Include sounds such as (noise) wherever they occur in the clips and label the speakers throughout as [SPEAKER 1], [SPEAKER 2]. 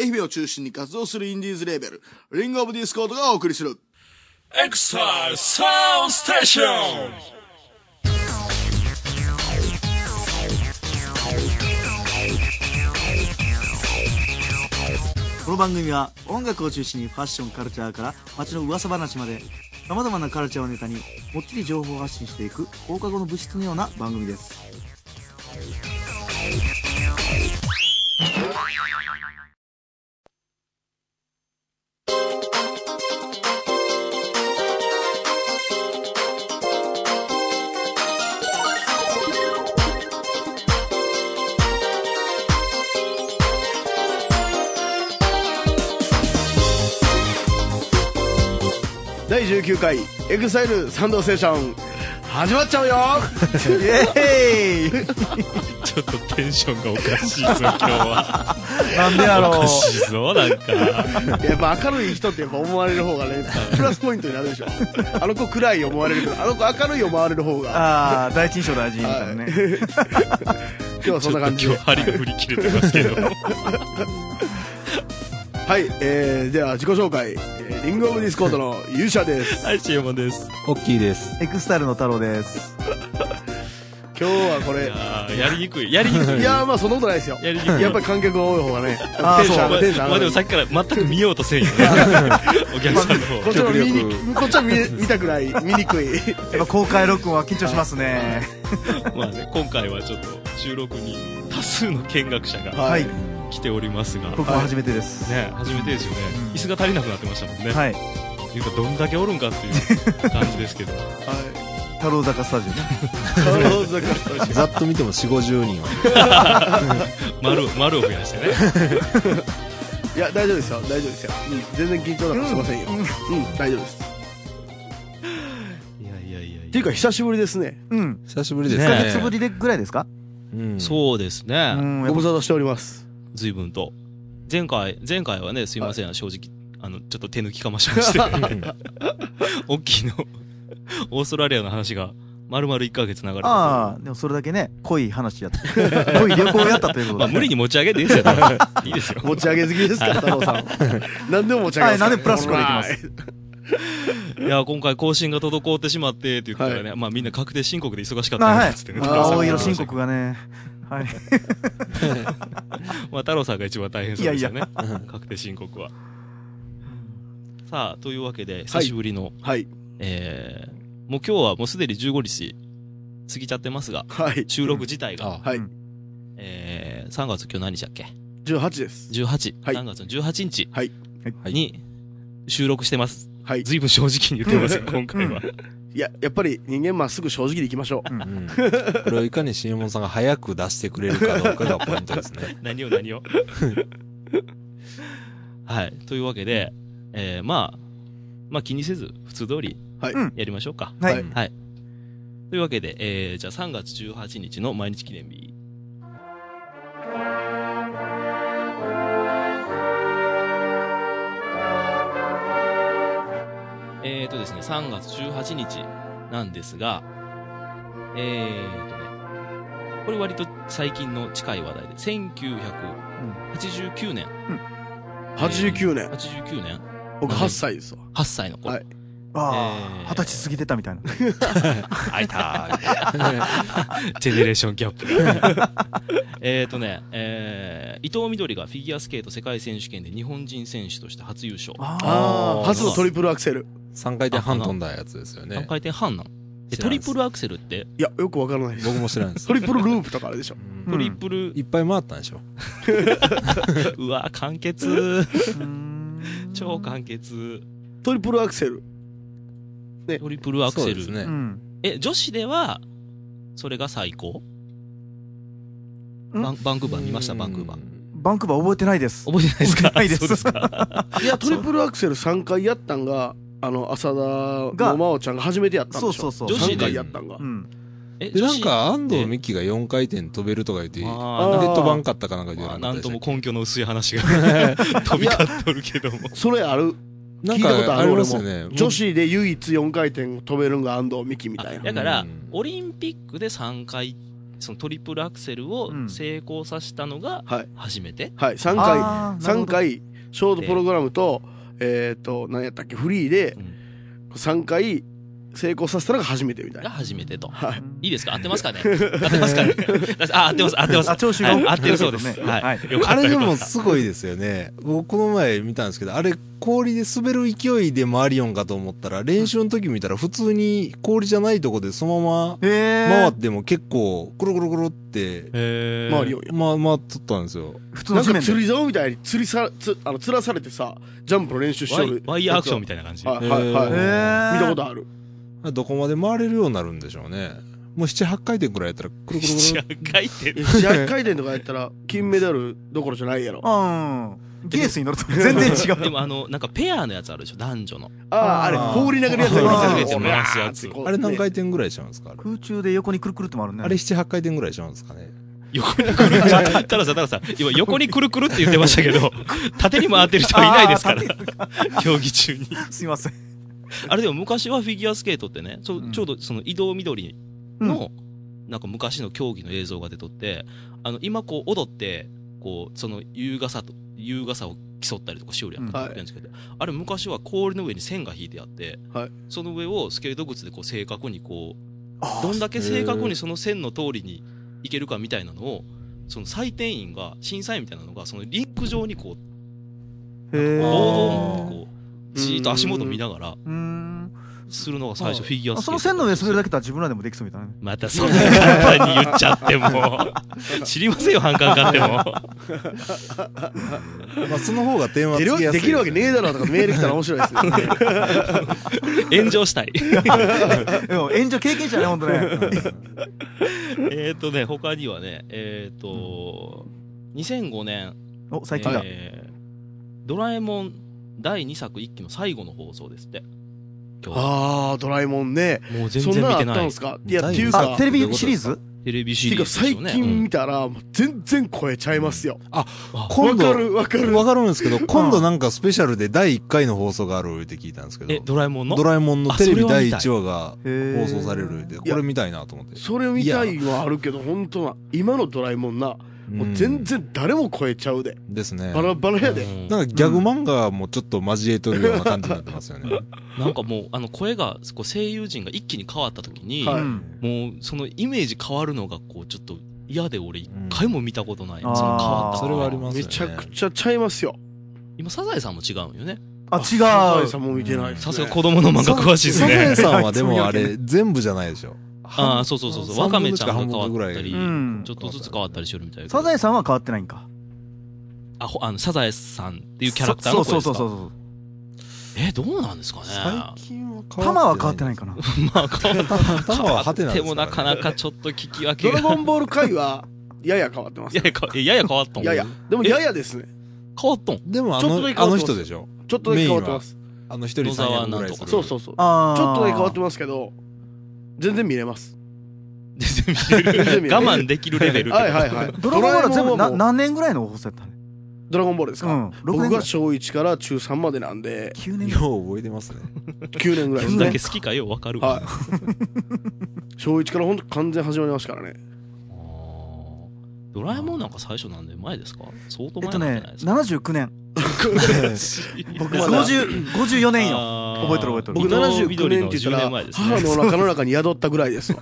[SPEAKER 1] 愛媛を中心に活動するインディーズレーベル、リングオブディスコードがお送りする。
[SPEAKER 2] エクササウンステーション
[SPEAKER 3] この番組は音楽を中心にファッションカルチャーから街の噂話まで様々なカルチャーをネタにもっちり情報発信していく放課後の物質のような番組です
[SPEAKER 1] 第19回、エグザイル賛同ステーション、始まっち (laughs) ゃうよ
[SPEAKER 3] イエーイ
[SPEAKER 2] ちょっとテンションがおかしいぞ、今日は。
[SPEAKER 3] なんでや
[SPEAKER 2] お
[SPEAKER 3] ろ
[SPEAKER 2] かしいぞ、なんか。
[SPEAKER 1] やっぱ明るい人ってやっぱ思われる方がね、プラスポイントにな (laughs) るでしょ。あの子暗い思われるけど、あの子明るい思われる方が、
[SPEAKER 3] ああ第一印象大事みたいなね、
[SPEAKER 1] 今日はそんな感じ
[SPEAKER 2] ちょ
[SPEAKER 1] で。
[SPEAKER 2] っと今日、針が振り切れてますけど。
[SPEAKER 1] はい、えー、では自己紹介、えーリングオブディスコードの勇者です。
[SPEAKER 2] はい、シエモンです。
[SPEAKER 4] ホッキーです。
[SPEAKER 3] エクスタイルの太郎です
[SPEAKER 1] 今日はこ
[SPEAKER 2] い
[SPEAKER 1] (laughs) れ、
[SPEAKER 2] やーやりにくい。やりにくい。
[SPEAKER 1] いやーまあそんなことないですよ。
[SPEAKER 2] やりにくい。
[SPEAKER 1] やっぱり観客が多い方がね、
[SPEAKER 3] あ
[SPEAKER 1] テン
[SPEAKER 3] ー
[SPEAKER 1] シ
[SPEAKER 3] そう
[SPEAKER 1] ョ
[SPEAKER 2] ま
[SPEAKER 1] ン、テンション
[SPEAKER 2] まあ
[SPEAKER 1] 上が
[SPEAKER 2] でも
[SPEAKER 1] る。
[SPEAKER 2] さっきから全く見ようとせんよね。お客さんの
[SPEAKER 1] こっ
[SPEAKER 2] 方。
[SPEAKER 1] ちの見に
[SPEAKER 4] 極力
[SPEAKER 1] こっちは見え見たくない、見に (laughs) くい。
[SPEAKER 3] やっぱ公開録音は緊張しますね
[SPEAKER 2] まあね、今回はちょっと収録に多数の見学者が
[SPEAKER 3] はい、
[SPEAKER 2] 来ておりますが。
[SPEAKER 3] 僕も初めてです
[SPEAKER 2] ね、初めてですよね、
[SPEAKER 3] うん
[SPEAKER 2] 椅子が足りなくなってましたもんね、
[SPEAKER 3] はい
[SPEAKER 2] いうかどんだけおるんかっていう感じですけど
[SPEAKER 1] は
[SPEAKER 3] 太郎坂スタジオ
[SPEAKER 1] い。
[SPEAKER 4] ざっと見ても4、50人は。
[SPEAKER 2] (laughs) 丸を丸を増やしてね
[SPEAKER 1] いや、大丈夫ですよ、大丈夫ですよ。うん全然緊張なんかしませんよ。うん、大丈夫です。
[SPEAKER 2] いやいやいや
[SPEAKER 1] っていうか、久しぶりですね。
[SPEAKER 3] うん
[SPEAKER 4] 久しぶり
[SPEAKER 2] りで
[SPEAKER 4] ですす
[SPEAKER 2] ね
[SPEAKER 3] 1
[SPEAKER 4] ね。
[SPEAKER 3] ヶ月ぶりでぐらいですか、
[SPEAKER 4] うん。う。
[SPEAKER 2] そうです
[SPEAKER 3] う
[SPEAKER 2] ね、
[SPEAKER 3] んや
[SPEAKER 1] ご無
[SPEAKER 3] っぱ
[SPEAKER 1] 沙汰しております。
[SPEAKER 2] 随分と前回前回はねすいません、正直あのちょっと手抜きかましましておっきいのオーストラリアの話が丸々1ヶ月流れてた
[SPEAKER 3] ああでもそれだけね濃い話やった (laughs) 濃い旅行やったということ
[SPEAKER 2] まあ
[SPEAKER 3] で、
[SPEAKER 2] 無理に持ち上げていいですよ多分いいですよ
[SPEAKER 1] 持ち上げ好きですか、太郎
[SPEAKER 3] (laughs)
[SPEAKER 1] さん。何でも持ち上げますから
[SPEAKER 3] はい何でもプラスこれいきます
[SPEAKER 1] はい
[SPEAKER 2] いや今回更新が滞ってしまってということでね、まあみんな確定申告で忙しかった
[SPEAKER 3] あ
[SPEAKER 2] な
[SPEAKER 3] はい
[SPEAKER 2] っつってね、
[SPEAKER 1] あー
[SPEAKER 3] 青色申告がねはい
[SPEAKER 2] まあ、太郎さんが一番大変そうですよね。
[SPEAKER 4] やい
[SPEAKER 2] 確定申告は。さあ、というわけで、久しぶりの、
[SPEAKER 1] はい。
[SPEAKER 2] えー、もう今日はもうすでに15日過ぎちゃってますが、
[SPEAKER 1] はい。
[SPEAKER 2] 収録自体が、
[SPEAKER 4] あ、
[SPEAKER 1] はい。
[SPEAKER 2] えー、3月今日何日だっけ
[SPEAKER 1] 18です。
[SPEAKER 2] ?18、
[SPEAKER 1] はい
[SPEAKER 2] 3月の18日
[SPEAKER 1] はい。
[SPEAKER 4] はい
[SPEAKER 2] に収録してます。
[SPEAKER 1] はい。
[SPEAKER 2] ずいぶん正直に言ってますよ、今回は。
[SPEAKER 1] いや、やっぱり人間まっすぐ正直でいきましょう。
[SPEAKER 4] うん。これをいかにシエモンさんが早く出してくれるかどうかがポイントですね。
[SPEAKER 2] 何を何を。はい。というわけで、えー、まあ、まあ気にせず、普通通り
[SPEAKER 1] はい。
[SPEAKER 3] うん
[SPEAKER 2] やりましょうか。
[SPEAKER 3] はい、
[SPEAKER 1] はい
[SPEAKER 2] はい。というわけで、えー、じゃあ3月18日の毎日記念日。えーとですね、3月18日なんですが、えーとね、これ割と最近の近い話題で、1989年。
[SPEAKER 1] 89年。
[SPEAKER 2] 89年
[SPEAKER 1] 僕8歳ですわ。
[SPEAKER 2] ?8 歳の子。
[SPEAKER 1] はい
[SPEAKER 3] ああ
[SPEAKER 2] えー
[SPEAKER 3] 二十歳過ぎてたみたいな
[SPEAKER 2] あいた
[SPEAKER 4] (laughs)
[SPEAKER 2] ージェネレーションギャップがえっとね、えー、伊藤みどりがフィギュアスケート世界選手権で日本人選手として初優勝。
[SPEAKER 1] あ
[SPEAKER 4] あ
[SPEAKER 1] あ、
[SPEAKER 4] ー
[SPEAKER 1] 初のトリプルアクセル。
[SPEAKER 4] 3回転半飛んだやつですよ
[SPEAKER 2] 何
[SPEAKER 4] ね。
[SPEAKER 2] 回転半なんえ
[SPEAKER 4] 知ら
[SPEAKER 2] ト
[SPEAKER 4] ん
[SPEAKER 2] リ
[SPEAKER 4] っす
[SPEAKER 2] プルアクセルって、
[SPEAKER 1] いや、よくわからないです。
[SPEAKER 4] 僕も知らないです。
[SPEAKER 1] トリプルループとかあれでしょ
[SPEAKER 4] う。
[SPEAKER 3] うん
[SPEAKER 2] トリプル、
[SPEAKER 4] いっぱい回ったんでしょ。
[SPEAKER 2] (laughs) うわ、完
[SPEAKER 4] (laughs)
[SPEAKER 2] 結。
[SPEAKER 3] うん
[SPEAKER 2] 超完結。
[SPEAKER 1] トリプルアクセル。
[SPEAKER 2] トリプルアクセ
[SPEAKER 4] そう
[SPEAKER 2] ル。
[SPEAKER 4] です
[SPEAKER 3] う
[SPEAKER 4] ね。
[SPEAKER 3] ん
[SPEAKER 2] え、女子では、それが最高
[SPEAKER 3] ん
[SPEAKER 2] バンバンクーバー見ました、バンクーバー。
[SPEAKER 3] バンクーバー覚えてないです
[SPEAKER 2] 覚えてないです
[SPEAKER 4] (laughs)
[SPEAKER 2] か
[SPEAKER 3] 覚えてな
[SPEAKER 2] そ
[SPEAKER 3] いです
[SPEAKER 2] うですか。
[SPEAKER 1] いや、トリプルアクセル3回やったんが、あの、浅田の
[SPEAKER 3] が
[SPEAKER 1] 真央ちゃんが初めてやったん
[SPEAKER 3] そ
[SPEAKER 1] で
[SPEAKER 3] う
[SPEAKER 1] し
[SPEAKER 3] そ
[SPEAKER 1] ょ。
[SPEAKER 3] うそう
[SPEAKER 2] 女子で
[SPEAKER 1] 3回やったんが
[SPEAKER 3] う。ん
[SPEAKER 2] え
[SPEAKER 4] で、
[SPEAKER 2] 女
[SPEAKER 4] な
[SPEAKER 2] 子
[SPEAKER 4] んか、安藤美希が4回転飛べるとか言って、レ
[SPEAKER 2] あ
[SPEAKER 4] ッドバンかったかなんか
[SPEAKER 2] ー
[SPEAKER 4] 言って
[SPEAKER 2] まあ
[SPEAKER 4] なか
[SPEAKER 2] な
[SPEAKER 4] った
[SPEAKER 2] ん
[SPEAKER 4] で
[SPEAKER 2] と
[SPEAKER 4] した
[SPEAKER 2] も
[SPEAKER 4] っ
[SPEAKER 2] 根
[SPEAKER 4] け
[SPEAKER 2] 拠の薄い話
[SPEAKER 4] (laughs)
[SPEAKER 2] が (laughs) 飛び交っとるけども。
[SPEAKER 1] それある。
[SPEAKER 4] なん
[SPEAKER 1] 聞いたこと
[SPEAKER 4] か、
[SPEAKER 1] あ
[SPEAKER 4] あ
[SPEAKER 1] る
[SPEAKER 4] り
[SPEAKER 1] 俺
[SPEAKER 4] ま
[SPEAKER 1] も
[SPEAKER 4] すよね。
[SPEAKER 1] 女子で唯一4回転を飛べるんが安藤美希みたい
[SPEAKER 2] あ
[SPEAKER 1] な。
[SPEAKER 2] だから
[SPEAKER 4] うん
[SPEAKER 2] オリンピックで3回そのトリプルアクセルを
[SPEAKER 3] うん
[SPEAKER 2] 成功させたのが
[SPEAKER 1] はい
[SPEAKER 2] 初めて、
[SPEAKER 1] はい3回
[SPEAKER 3] あーなるほ
[SPEAKER 1] 三
[SPEAKER 3] ど
[SPEAKER 1] 回ショートプログラムとえっ、と何やったっけフリーで
[SPEAKER 2] うん
[SPEAKER 1] 3回成功させたのが初めてみたい
[SPEAKER 2] が
[SPEAKER 1] な
[SPEAKER 2] 初めてと。
[SPEAKER 1] はい
[SPEAKER 2] いいですか合ってますかね合ってますかねあ、合ってます、合ってます。
[SPEAKER 3] あ聴取が
[SPEAKER 2] はい合ってるそうです。
[SPEAKER 3] そういうこと
[SPEAKER 2] は。
[SPEAKER 3] ねはい
[SPEAKER 2] よか
[SPEAKER 4] あ
[SPEAKER 2] った
[SPEAKER 4] れで
[SPEAKER 2] よか
[SPEAKER 4] も
[SPEAKER 2] った。
[SPEAKER 4] すごいですよね。僕この前見たんですけど、あれ氷で滑る勢いで回りよんかと思ったら、練習の時見たら普通に氷じゃないとこでそのまま
[SPEAKER 3] へえ
[SPEAKER 4] 回っても結構、くるくるくるって、
[SPEAKER 2] へー
[SPEAKER 1] 周りを
[SPEAKER 4] ま、回っとったんですよ。
[SPEAKER 3] 普通
[SPEAKER 1] な
[SPEAKER 3] の
[SPEAKER 1] ん
[SPEAKER 3] 地
[SPEAKER 1] か
[SPEAKER 3] 面で
[SPEAKER 1] 釣り竿みたいに釣りさつあの吊らされてさジャンプの練習し
[SPEAKER 2] ワ
[SPEAKER 1] と
[SPEAKER 2] イ
[SPEAKER 1] る
[SPEAKER 2] ワイヤーアクションみたいな感じ。
[SPEAKER 1] はいはい
[SPEAKER 4] へ
[SPEAKER 1] はい、
[SPEAKER 4] ー
[SPEAKER 1] 見た
[SPEAKER 3] へえ
[SPEAKER 1] ことある
[SPEAKER 4] どこまで回れるようになるんでしょうね。もう7、8回転くらいやったら、くるくるく
[SPEAKER 2] 一
[SPEAKER 4] る。
[SPEAKER 2] 応書いてる。
[SPEAKER 1] 試合回転とかやったら金メダルどころじゃないやろあ
[SPEAKER 3] うんケースに乗ると全然違う
[SPEAKER 2] でもあの、なんかペアのやつあるでしょ男女の。
[SPEAKER 1] ああれ
[SPEAKER 3] あー
[SPEAKER 1] 放り投げるやつある
[SPEAKER 3] あー
[SPEAKER 1] こう
[SPEAKER 2] 回すやつ
[SPEAKER 1] わーってこう
[SPEAKER 4] あれ何回転ぐらいしゃうんですかあれ
[SPEAKER 3] 空中で横にくるくるってもあるね
[SPEAKER 4] あれ7、8回転ぐらいしゃうんですかね。
[SPEAKER 2] 横にくるくる。たださん、たださん、今横にくるくるって言ってましたけど、縦に回ってる人はいないですから、競技中に。
[SPEAKER 3] すいません
[SPEAKER 2] あれでも昔はフィギュアスケートってね、ちょ
[SPEAKER 3] うん
[SPEAKER 2] ちょうどその移動緑の、なんか昔の競技の映像が出とって、あの、今こう踊って、こう、その優雅さと、優雅さを競ったりとかしおるやんか、
[SPEAKER 1] うん
[SPEAKER 2] やるんですけど、あれ昔は氷の上に線が引いてあって、
[SPEAKER 1] はい
[SPEAKER 2] その上をスケート靴でこう正確にこう、
[SPEAKER 3] あ
[SPEAKER 2] どんだけ正確にその線の通りに行けるかみたいなのを、その採点員が、審査員みたいなのが、そのリンク上にこう、
[SPEAKER 3] へえ
[SPEAKER 2] ボードを
[SPEAKER 4] ー
[SPEAKER 2] こう、じーっと足元見ながら、
[SPEAKER 3] うーん
[SPEAKER 2] するのが最初
[SPEAKER 3] あ
[SPEAKER 2] フィギュア
[SPEAKER 3] あ
[SPEAKER 2] スケート。
[SPEAKER 3] その線の上滑るだけだったら自分らでもできそうみたいなね
[SPEAKER 2] またそんな簡単に言っちゃっ
[SPEAKER 1] (laughs)
[SPEAKER 2] ても。知りませんよ、反感買っても。
[SPEAKER 4] まあ、その方が点は
[SPEAKER 1] 出
[SPEAKER 4] つけやすい
[SPEAKER 1] る
[SPEAKER 4] す、
[SPEAKER 1] できるわけねえ (laughs) だろとかメール来たら面白いですね
[SPEAKER 4] (laughs)
[SPEAKER 2] 炎上したい。
[SPEAKER 3] でも炎上経験者ねほん
[SPEAKER 1] (laughs)
[SPEAKER 3] とね
[SPEAKER 2] えっとね、他にはね、えっ、と、2005年、
[SPEAKER 3] お最近だ
[SPEAKER 2] えードラえもん第2作1期の最後の放送ですって。今日。
[SPEAKER 1] ああドラえもんね
[SPEAKER 2] もう全
[SPEAKER 1] そん
[SPEAKER 2] 然
[SPEAKER 1] なの
[SPEAKER 2] 見
[SPEAKER 1] あ
[SPEAKER 2] て
[SPEAKER 1] った
[SPEAKER 2] なんい
[SPEAKER 1] です。かいや
[SPEAKER 4] 見
[SPEAKER 1] って
[SPEAKER 4] たい
[SPEAKER 1] い
[SPEAKER 4] ん
[SPEAKER 1] う
[SPEAKER 4] です
[SPEAKER 1] か
[SPEAKER 3] あ
[SPEAKER 1] っ
[SPEAKER 3] テレビシリーズ
[SPEAKER 2] テレビシ
[SPEAKER 1] てい
[SPEAKER 2] リ
[SPEAKER 1] う
[SPEAKER 2] ーズ
[SPEAKER 1] か
[SPEAKER 2] です
[SPEAKER 1] 最
[SPEAKER 2] よね。
[SPEAKER 1] 近見たらもう全然超えちゃいますよわ
[SPEAKER 4] 今度
[SPEAKER 1] かるわかる
[SPEAKER 4] わかるんですけど、今度なんかスペシャルで第1回の放送があるって聞いたんですけ
[SPEAKER 2] うんえ、
[SPEAKER 4] ど、
[SPEAKER 2] ドラえもんの
[SPEAKER 4] ドラえもんのテレビ第1話が
[SPEAKER 3] 放
[SPEAKER 4] 放送されるで、こ
[SPEAKER 1] いや
[SPEAKER 4] れ見たいなと思って。
[SPEAKER 1] それ見たいはあるけど本当な今のドラえもんなもう全然誰も超えちゃうで
[SPEAKER 4] うん。ですね。
[SPEAKER 1] バラバラやで
[SPEAKER 2] うん
[SPEAKER 4] なんかギャグ漫画もちょっと交えとるような感じになってますよね。
[SPEAKER 2] なんかもう、あの、声が、こう声優陣が一気に変わった時に、
[SPEAKER 1] はい
[SPEAKER 3] うん
[SPEAKER 2] もうそのイメージ変わるのがこうちょっと嫌で俺一回も見たことない、
[SPEAKER 3] うん
[SPEAKER 2] その変わった
[SPEAKER 3] あー
[SPEAKER 4] それはあります
[SPEAKER 1] め
[SPEAKER 4] よね。
[SPEAKER 1] ちゃくちゃちゃいますよ
[SPEAKER 2] 今サザエさんも違うんよね
[SPEAKER 3] あ
[SPEAKER 1] サ
[SPEAKER 3] 違
[SPEAKER 1] ザエ
[SPEAKER 3] う
[SPEAKER 1] さんも見てない
[SPEAKER 2] さすが
[SPEAKER 1] こ
[SPEAKER 2] 子供の漫画詳しいです
[SPEAKER 4] サザエ
[SPEAKER 2] ね
[SPEAKER 4] さんはでもあれ、全部じゃないでしょ。
[SPEAKER 2] ああそうそうそうそうワカメちゃんが変わったり、
[SPEAKER 4] う
[SPEAKER 3] うん
[SPEAKER 2] ちょっとずつ変わったりしてるみたいな
[SPEAKER 3] サザエさんは変わってないんか
[SPEAKER 2] あほあのサザエさんっていうキャラクターの声で
[SPEAKER 3] そう
[SPEAKER 2] すか
[SPEAKER 3] そうそうそう
[SPEAKER 2] えどうなんですかね
[SPEAKER 4] 最近は。
[SPEAKER 3] そう玉は変わってないいかな
[SPEAKER 2] まあ変わっ
[SPEAKER 4] 玉はハテナで
[SPEAKER 2] で
[SPEAKER 4] すから
[SPEAKER 2] (laughs)
[SPEAKER 4] ね
[SPEAKER 2] もなかなかちょっと聞き分
[SPEAKER 1] ド
[SPEAKER 2] け
[SPEAKER 1] ラ
[SPEAKER 2] が
[SPEAKER 1] ゴンボール界はやや変わってます
[SPEAKER 2] ややかやや変わったもん
[SPEAKER 1] ややでもややですね
[SPEAKER 2] 変わった
[SPEAKER 4] (laughs)
[SPEAKER 2] ん
[SPEAKER 4] でもあ
[SPEAKER 1] ちょっと
[SPEAKER 4] の
[SPEAKER 1] だけ変わってます
[SPEAKER 4] あの人でしょ。
[SPEAKER 1] ちょっとだけ変わってます
[SPEAKER 4] あの一人三役ぐらいする。
[SPEAKER 1] そうそうそうち
[SPEAKER 3] あ
[SPEAKER 1] ょ
[SPEAKER 3] あ
[SPEAKER 1] っとだけ変わって
[SPEAKER 3] ま
[SPEAKER 1] ますけど全然見れます
[SPEAKER 2] 全然見れ
[SPEAKER 1] 全
[SPEAKER 2] る
[SPEAKER 1] 然見れる
[SPEAKER 2] 我慢できるレベルってこと
[SPEAKER 1] はいはいはい
[SPEAKER 3] (laughs) ドラゴンボールは全
[SPEAKER 1] ド
[SPEAKER 3] 部な
[SPEAKER 1] ラえもんはもう
[SPEAKER 3] 何年ぐらいの放送やったね
[SPEAKER 1] ドラゴンボールです
[SPEAKER 3] う
[SPEAKER 1] か
[SPEAKER 3] ん6
[SPEAKER 1] 僕
[SPEAKER 3] 年
[SPEAKER 1] が
[SPEAKER 3] ぐらい
[SPEAKER 1] 小1から中3までなんで
[SPEAKER 3] 9年ぐらい
[SPEAKER 4] よう覚えてますね。
[SPEAKER 1] 9年ぐらい
[SPEAKER 2] (laughs) ど
[SPEAKER 1] です
[SPEAKER 2] んだ
[SPEAKER 1] ね
[SPEAKER 2] け好きかよう分かるわ、
[SPEAKER 1] はい小1から本当完全始まりましたからね
[SPEAKER 2] あードラえもんなんか最初何年前ですか相当
[SPEAKER 3] えっ
[SPEAKER 2] 前
[SPEAKER 3] と
[SPEAKER 2] なんじゃ
[SPEAKER 3] ね
[SPEAKER 2] ないですか、
[SPEAKER 3] 79年
[SPEAKER 2] (laughs)
[SPEAKER 1] 僕まだ
[SPEAKER 3] 50 54年よ
[SPEAKER 2] あー
[SPEAKER 3] 覚えてる覚えてる
[SPEAKER 1] 僕79年っ
[SPEAKER 2] 緑の
[SPEAKER 1] て言った
[SPEAKER 2] 10年
[SPEAKER 1] ら
[SPEAKER 2] 前ですね
[SPEAKER 1] 母のお腹の中に宿ったぐらいです
[SPEAKER 2] (laughs)
[SPEAKER 1] わ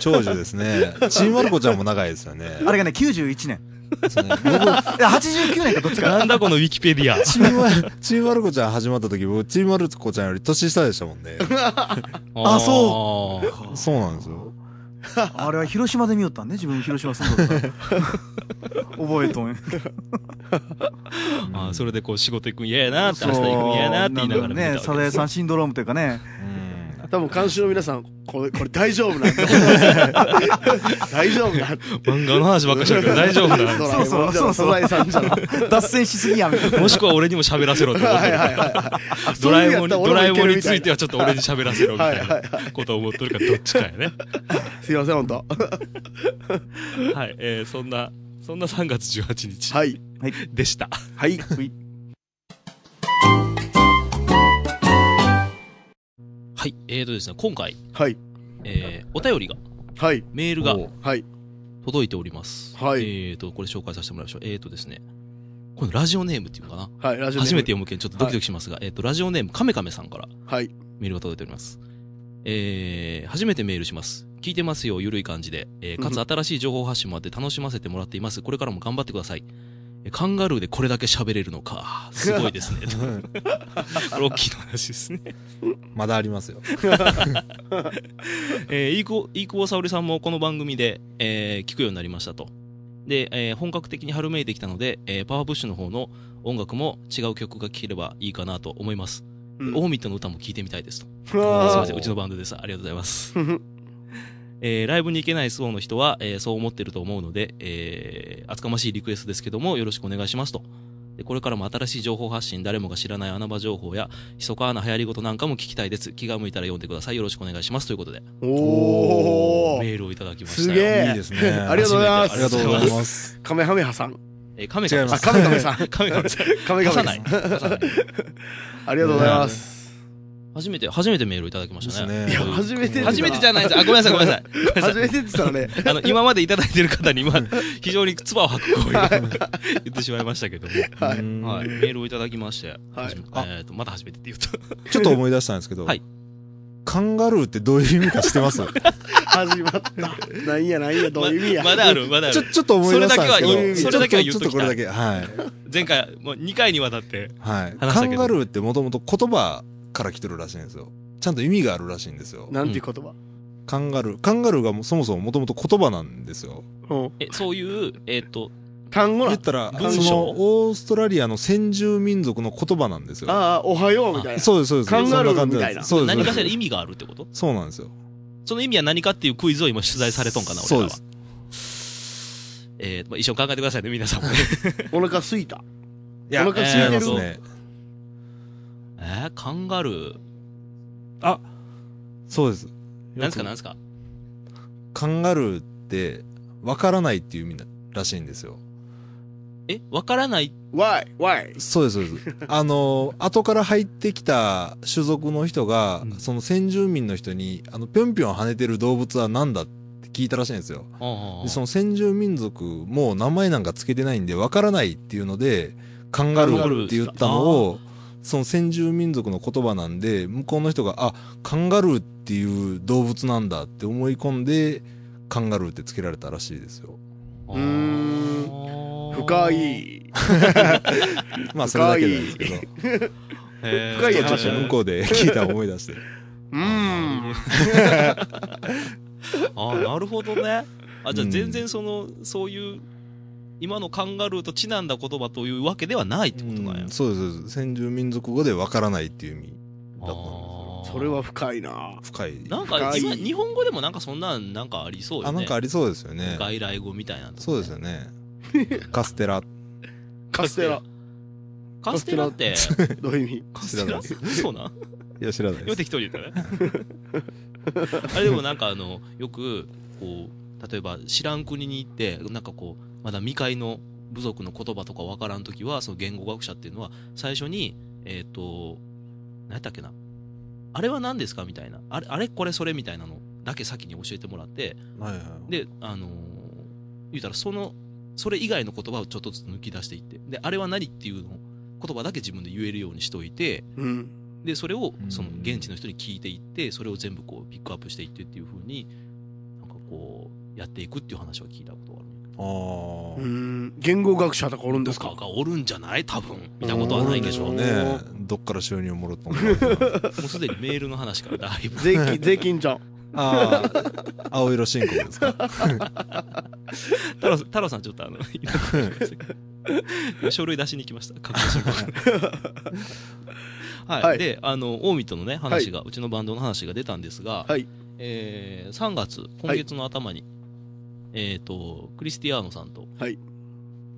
[SPEAKER 4] 長女です (laughs) ね。ちんまる子ちゃんも長いですよね。
[SPEAKER 3] あれがね91年
[SPEAKER 4] です
[SPEAKER 3] (laughs)
[SPEAKER 4] ね
[SPEAKER 3] いや89年かどっちか
[SPEAKER 2] なんだこのウィキペデ
[SPEAKER 1] (laughs)
[SPEAKER 2] ィア
[SPEAKER 4] ちんまる、ちんまる子ちゃん始まった時、僕、ちんまる子ちゃんより年下でしたもんね。
[SPEAKER 3] あ
[SPEAKER 2] そ
[SPEAKER 4] そうなんですよ。
[SPEAKER 3] あれは広島で見よったんね自分広島住んどっ
[SPEAKER 1] (laughs)
[SPEAKER 3] たから覚えとん
[SPEAKER 2] う
[SPEAKER 3] や
[SPEAKER 2] あーそれでこう仕事行くん嫌やなって明日行くん嫌やなって言いながら見
[SPEAKER 3] ね
[SPEAKER 2] た
[SPEAKER 3] サ
[SPEAKER 2] わけ
[SPEAKER 3] ザ
[SPEAKER 2] で
[SPEAKER 3] エ
[SPEAKER 2] す
[SPEAKER 3] さんシンドロームというかね
[SPEAKER 4] うん。
[SPEAKER 1] 多分監視の皆さんこれこれ大丈夫なんだ
[SPEAKER 2] (laughs)
[SPEAKER 1] 大丈夫なんだ
[SPEAKER 2] 漫画の話ばっかりしてるけど大丈夫な
[SPEAKER 1] ド (laughs)
[SPEAKER 2] の
[SPEAKER 1] ラえもんじゃない
[SPEAKER 3] そ
[SPEAKER 1] サ
[SPEAKER 3] うそうそうそう
[SPEAKER 1] ザエさんじゃない
[SPEAKER 3] 脱線しすぎやみたいな
[SPEAKER 2] もしくは俺にも喋らせろって思っ
[SPEAKER 1] は
[SPEAKER 2] て
[SPEAKER 1] い
[SPEAKER 2] る
[SPEAKER 1] はいはいはいあ
[SPEAKER 2] ド
[SPEAKER 1] そう
[SPEAKER 2] ラ
[SPEAKER 1] い
[SPEAKER 2] え
[SPEAKER 1] う
[SPEAKER 2] も
[SPEAKER 1] ん
[SPEAKER 2] ん
[SPEAKER 1] や
[SPEAKER 2] に
[SPEAKER 1] った
[SPEAKER 2] ドラ
[SPEAKER 1] ら
[SPEAKER 2] え
[SPEAKER 1] 俺
[SPEAKER 2] も
[SPEAKER 1] も
[SPEAKER 2] んに
[SPEAKER 1] い
[SPEAKER 2] つ
[SPEAKER 1] ける
[SPEAKER 2] い
[SPEAKER 1] み
[SPEAKER 2] て
[SPEAKER 1] た
[SPEAKER 2] はちょっと俺に喋らせろみたい
[SPEAKER 1] はい
[SPEAKER 2] な
[SPEAKER 1] はいはい
[SPEAKER 2] ことを思っとるかどっちかやね
[SPEAKER 1] すいません本当
[SPEAKER 2] はいえーそんなそんな3月18日
[SPEAKER 1] はい
[SPEAKER 2] でした
[SPEAKER 1] はい
[SPEAKER 2] はいえーとですね今回
[SPEAKER 1] はい
[SPEAKER 2] えーお便りが
[SPEAKER 1] はい。
[SPEAKER 2] メールが
[SPEAKER 4] おう
[SPEAKER 1] はい。
[SPEAKER 2] 届いております。
[SPEAKER 1] はい
[SPEAKER 2] えっ、と、これ紹介させてもらいましょう。えっ、とですね、このラジオネームっていうのかな
[SPEAKER 1] はい。ラジオネーム
[SPEAKER 2] 初めて。読むけんちょっとドキドキしますが、えっ、と、ラジオネームカメカメさんから
[SPEAKER 1] はい。
[SPEAKER 2] メールが届いております。えー、初めてメールします。聞いてますよ、ゆるい感じで。えー、かつ新しい情報発信もあって楽しませてもらっています。これからも頑張ってください。えーカンガルーでこれだけ喋れるのか。すごいです
[SPEAKER 1] (laughs)
[SPEAKER 2] ね。これ大きい話ですね。
[SPEAKER 4] まだありますよ。
[SPEAKER 2] えー、飯久保飯久保沙織さんもこの番組で、えー聞くようになりましたと。で、えー本格的に春めいてきたので、えーパワープッシュの方の音楽も違う曲が聴ければいいかなと思います。
[SPEAKER 1] うん
[SPEAKER 2] オーミットの歌も聴いてみたいですと。
[SPEAKER 1] うわー
[SPEAKER 2] すいません、うちのバンドです。ありがとうございます。えーライブに行けない層の人は、えーそう思ってると思うので、えー厚かましいリクエストですけども、よろしくお願いしますと。でこれからも新しい情報発信、誰もが知らない穴場情報や、密かな流行り事なんかも聞きたいです。気が向いたら読んでください。よろしくお願いします。ということで、
[SPEAKER 1] おー。
[SPEAKER 2] メールをいただきましたよ。
[SPEAKER 1] すげえ。
[SPEAKER 4] いいですね
[SPEAKER 1] ありがとうございます。
[SPEAKER 4] ありがとうござい
[SPEAKER 1] す。
[SPEAKER 4] ます。
[SPEAKER 1] カメハメハさん。
[SPEAKER 2] えー、カメカメさん。
[SPEAKER 1] あ、カメカ
[SPEAKER 4] (laughs)
[SPEAKER 1] メさん。
[SPEAKER 2] カメカメさん。
[SPEAKER 1] カメ
[SPEAKER 2] 出
[SPEAKER 1] カ
[SPEAKER 2] さ
[SPEAKER 1] メ
[SPEAKER 2] な
[SPEAKER 1] さ
[SPEAKER 2] い。
[SPEAKER 1] ん。
[SPEAKER 2] 出さない
[SPEAKER 1] ありがとうございます。
[SPEAKER 2] 初めて、初めてメールをいただきましたね。
[SPEAKER 4] ですね
[SPEAKER 2] こういう
[SPEAKER 1] 初めて
[SPEAKER 2] 初めてじゃないです。あ、ごめんなさい、ごめんなさい。 (laughs) ごめんなさい
[SPEAKER 1] 初めてって言ったらね。
[SPEAKER 2] あの、今までいただいてる方に、
[SPEAKER 4] (laughs)
[SPEAKER 2] 今、非常に唾を吐く行為を言ってしまいましたけども。
[SPEAKER 1] はい
[SPEAKER 4] うん
[SPEAKER 2] はい。メールをいただきまして、初めて
[SPEAKER 4] あ
[SPEAKER 2] えっと、まだ初めてって言うと。
[SPEAKER 4] ちょっと思い出したんですけど、
[SPEAKER 2] はい
[SPEAKER 4] カンガルーってどういう意味か知っ
[SPEAKER 2] (laughs)
[SPEAKER 4] てます
[SPEAKER 1] 始まった。なんやなんや、どういう意味や。
[SPEAKER 2] ままだある、まだあ
[SPEAKER 4] ちょ
[SPEAKER 2] る。
[SPEAKER 4] ちょっと思い出したんですけ
[SPEAKER 1] そ
[SPEAKER 4] ど
[SPEAKER 1] れだけはいいよ
[SPEAKER 2] それだけは言っ
[SPEAKER 4] ちょ
[SPEAKER 2] と
[SPEAKER 4] っ
[SPEAKER 2] き
[SPEAKER 4] と
[SPEAKER 2] たい
[SPEAKER 4] これだけはい、
[SPEAKER 2] 前回、もう2回にわたって。
[SPEAKER 4] は
[SPEAKER 2] 話
[SPEAKER 4] い、
[SPEAKER 2] し
[SPEAKER 4] カ
[SPEAKER 2] たけ
[SPEAKER 4] ン
[SPEAKER 2] ど
[SPEAKER 4] ガルーってもともと言葉から来てるらしいんですよちゃんと意味があるらしいんですよ
[SPEAKER 1] なんていう言葉。
[SPEAKER 4] カンガルーカンガルーがもうそもそももともと言葉なんですよ
[SPEAKER 1] うん。
[SPEAKER 2] え、そういう、えっと、
[SPEAKER 1] 単語
[SPEAKER 4] 言
[SPEAKER 1] な
[SPEAKER 4] っ。たら
[SPEAKER 2] 文
[SPEAKER 4] そ
[SPEAKER 2] 章
[SPEAKER 4] のオーストラリアの先住民族の言葉なんですよ
[SPEAKER 1] ああ、おはようみたいな。
[SPEAKER 4] そうですそうです
[SPEAKER 1] カンガルー
[SPEAKER 4] そん感じん
[SPEAKER 1] み
[SPEAKER 4] です
[SPEAKER 1] たいな
[SPEAKER 4] そうです
[SPEAKER 2] 何かし
[SPEAKER 4] そ
[SPEAKER 2] ら
[SPEAKER 4] うです
[SPEAKER 2] 意味があるってこと
[SPEAKER 4] そうなんですよ
[SPEAKER 2] その意味は何かっていうクイズを今取材されとんかな、俺ら
[SPEAKER 4] そう
[SPEAKER 2] は
[SPEAKER 4] です。
[SPEAKER 2] えー、まあ一緒に考えてくださいね、皆さん
[SPEAKER 4] (laughs)
[SPEAKER 2] もね。
[SPEAKER 1] お腹すいた。
[SPEAKER 4] いや
[SPEAKER 1] お腹空いて
[SPEAKER 4] 違いま
[SPEAKER 1] る
[SPEAKER 4] すね
[SPEAKER 2] えー、カンガルー。
[SPEAKER 4] そうです
[SPEAKER 2] なんすか、なんすか。
[SPEAKER 4] カンガルーってわからないっていう意味らしいんですよ
[SPEAKER 2] え、わからない
[SPEAKER 1] Why? Why?
[SPEAKER 4] そうですそうですあの後から入ってきた種族の人が、
[SPEAKER 2] うん
[SPEAKER 4] その先住民の人にあのぴょんぴょん跳ねてる動物は何だって聞いたらしいんですよ
[SPEAKER 2] うんうんうん
[SPEAKER 4] でその先住民族も名前なんかつけてないんでわからないっていうのでカンガルーって言ったのをその先住民族の言葉なんで向こうの人があカンガルーっていう動物なんだって思い込んでカンガルーってつけられたらしいですよ
[SPEAKER 1] うーん深。い。
[SPEAKER 4] まあそれだけなんですけど
[SPEAKER 2] 深
[SPEAKER 1] 深い
[SPEAKER 4] ち
[SPEAKER 1] や
[SPEAKER 4] ょ
[SPEAKER 1] つ
[SPEAKER 4] っと向こうで聞いたら思い出して
[SPEAKER 1] うーん。
[SPEAKER 2] (laughs) あーなるほどね。あ、じゃあ
[SPEAKER 4] うん
[SPEAKER 2] 全然その、そういう、今のカンガルーとちなんだ言葉というわけではないってことなんや
[SPEAKER 4] うん。そうですそうです先住民族語でわからないっていう意味だったん
[SPEAKER 2] あー
[SPEAKER 1] それは深いな。
[SPEAKER 4] ですよ深い
[SPEAKER 2] なんか
[SPEAKER 1] 深い
[SPEAKER 2] 今、日本語でもなんかそんなん、なんかありそうよね。
[SPEAKER 4] あなんかありそうですよね
[SPEAKER 2] 外来語みたいなのとかね
[SPEAKER 4] そうです
[SPEAKER 2] (laughs)
[SPEAKER 4] よねカステラ
[SPEAKER 1] カステラ。。
[SPEAKER 2] カステラって、
[SPEAKER 1] どういう意味
[SPEAKER 2] カステラ
[SPEAKER 4] カス
[SPEAKER 2] そうなん
[SPEAKER 4] いや知らないで
[SPEAKER 2] よ
[SPEAKER 4] す
[SPEAKER 2] 適当に言ったね。 (laughs) あれでもなんかあの、よく、こう、例えば知らん国に行って、なんかこう、まだ未開の部族の言葉とかわからんときは、その言語学者っていうのは、最初に、えっ、と、何やったっけな。あれは何ですかみたいな。あれ、あれこれそれみたいなのだけ先に教えてもらって、
[SPEAKER 4] はいはい
[SPEAKER 2] で、あのー言うたらその、それ以外の言葉をちょっとずつ抜き出していって、で、あれは何っていうのを言葉だけ自分で言えるようにしといて、
[SPEAKER 1] うん。
[SPEAKER 2] でそれを
[SPEAKER 4] うん
[SPEAKER 2] その現地の人に聞いていってそれを全部こうピックアップしていってっていう風になんかこうやっていくっていう話は聞いたことがある
[SPEAKER 4] あー
[SPEAKER 1] うーん。言語学者とかおるんで
[SPEAKER 2] どっ
[SPEAKER 1] す
[SPEAKER 2] か
[SPEAKER 1] か
[SPEAKER 2] がおるんじゃない多分見たことはないけど
[SPEAKER 1] おる
[SPEAKER 2] もうんも
[SPEAKER 1] でしょ
[SPEAKER 4] ねどっから収入をもろったのかな
[SPEAKER 2] うすでにメールの話からだいぶ
[SPEAKER 1] 税金、税金じゃん。
[SPEAKER 4] あ
[SPEAKER 2] (laughs)
[SPEAKER 4] あ青色申告ですか
[SPEAKER 2] 太郎太郎さんちょっとあのいなくなってます今書類出しに来ました確認しにはい、
[SPEAKER 1] はい
[SPEAKER 2] であの近江とのね話が、うちのバンドの話が出たんですが、
[SPEAKER 1] はい
[SPEAKER 2] えー3月今月の頭に、えっ、とクリスティアーノさんと、
[SPEAKER 1] はい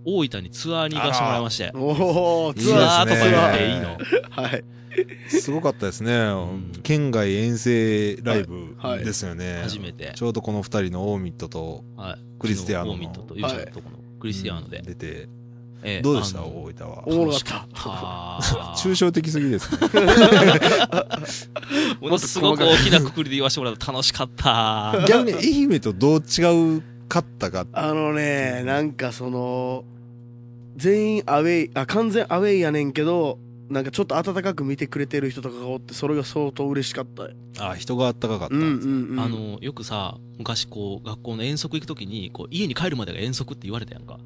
[SPEAKER 2] 大分にツアーに行かせてもらいまして
[SPEAKER 1] おお、
[SPEAKER 4] いい
[SPEAKER 1] ツ
[SPEAKER 2] ツア
[SPEAKER 1] ア
[SPEAKER 2] ー
[SPEAKER 1] ー
[SPEAKER 2] と
[SPEAKER 1] と
[SPEAKER 2] か
[SPEAKER 1] か
[SPEAKER 2] 言
[SPEAKER 1] 言
[SPEAKER 2] っ
[SPEAKER 1] ってて
[SPEAKER 2] いいの
[SPEAKER 1] はい。
[SPEAKER 4] すごかったですね
[SPEAKER 2] ん
[SPEAKER 4] 県外遠征ライブ
[SPEAKER 1] はい
[SPEAKER 4] ですよね
[SPEAKER 2] 初めて
[SPEAKER 4] ち、ょうどこの二人のオーミットと
[SPEAKER 2] はい、
[SPEAKER 4] クリスティアーノの
[SPEAKER 2] 昨日オーミットと勇者のとこのクリスティアーノで、
[SPEAKER 4] 出て
[SPEAKER 2] ええ
[SPEAKER 4] どうでした
[SPEAKER 2] あの
[SPEAKER 4] 大分は
[SPEAKER 1] おもろかった。
[SPEAKER 2] あ
[SPEAKER 4] (laughs) 抽象的すぎですね
[SPEAKER 2] ものすごく大きなくくりで言わせてもらうと楽しか (laughs) った。
[SPEAKER 4] 逆に愛媛とどう違うかったか
[SPEAKER 1] あのね、なんかその、全員アウェイ、あ、完全アウェイやねんけど、なんかちょっと温かく見てくれてる人とかがおって、それが相当嬉しかったよ。
[SPEAKER 4] あ人があったかかった
[SPEAKER 1] うんん
[SPEAKER 4] ですね
[SPEAKER 1] うんうん。
[SPEAKER 2] あ、の、よくさ、昔こう、学校の遠足行くときに、こう、家に帰るまでが遠足って言われたやんか。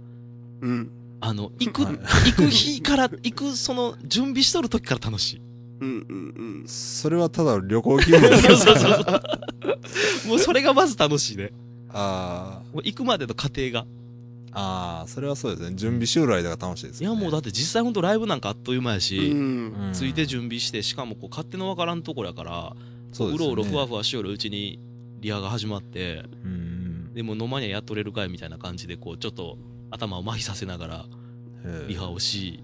[SPEAKER 1] うん。
[SPEAKER 2] あの、行く、
[SPEAKER 4] はい
[SPEAKER 2] 行く日から、行くその、準備しとる時から楽しい。
[SPEAKER 1] うんうんうん。
[SPEAKER 4] それはただの旅行気分です
[SPEAKER 2] (laughs) そうそうそうそう。もうそれがまず楽しいね。
[SPEAKER 4] あ
[SPEAKER 2] もう行くまでの過程が。
[SPEAKER 4] ーあーそれはそうですね準備しよる間が楽しいです
[SPEAKER 2] い
[SPEAKER 4] よ
[SPEAKER 2] や
[SPEAKER 4] ね
[SPEAKER 2] もうだって実際ほんとライブなんかあっという間やし、
[SPEAKER 1] うん。
[SPEAKER 4] うん
[SPEAKER 2] ついて準備して、しかもこう、勝手のわからんところやから、
[SPEAKER 4] そううです
[SPEAKER 2] ろ
[SPEAKER 4] よ
[SPEAKER 2] う
[SPEAKER 4] ね
[SPEAKER 2] ろふわふわしよるうちに、リハが始まって、
[SPEAKER 4] うん
[SPEAKER 2] でもう飲まにはやっとれるかいみたいな感じで、こう、ちょっと頭を麻痺させながら、
[SPEAKER 4] へえ
[SPEAKER 2] リハをし、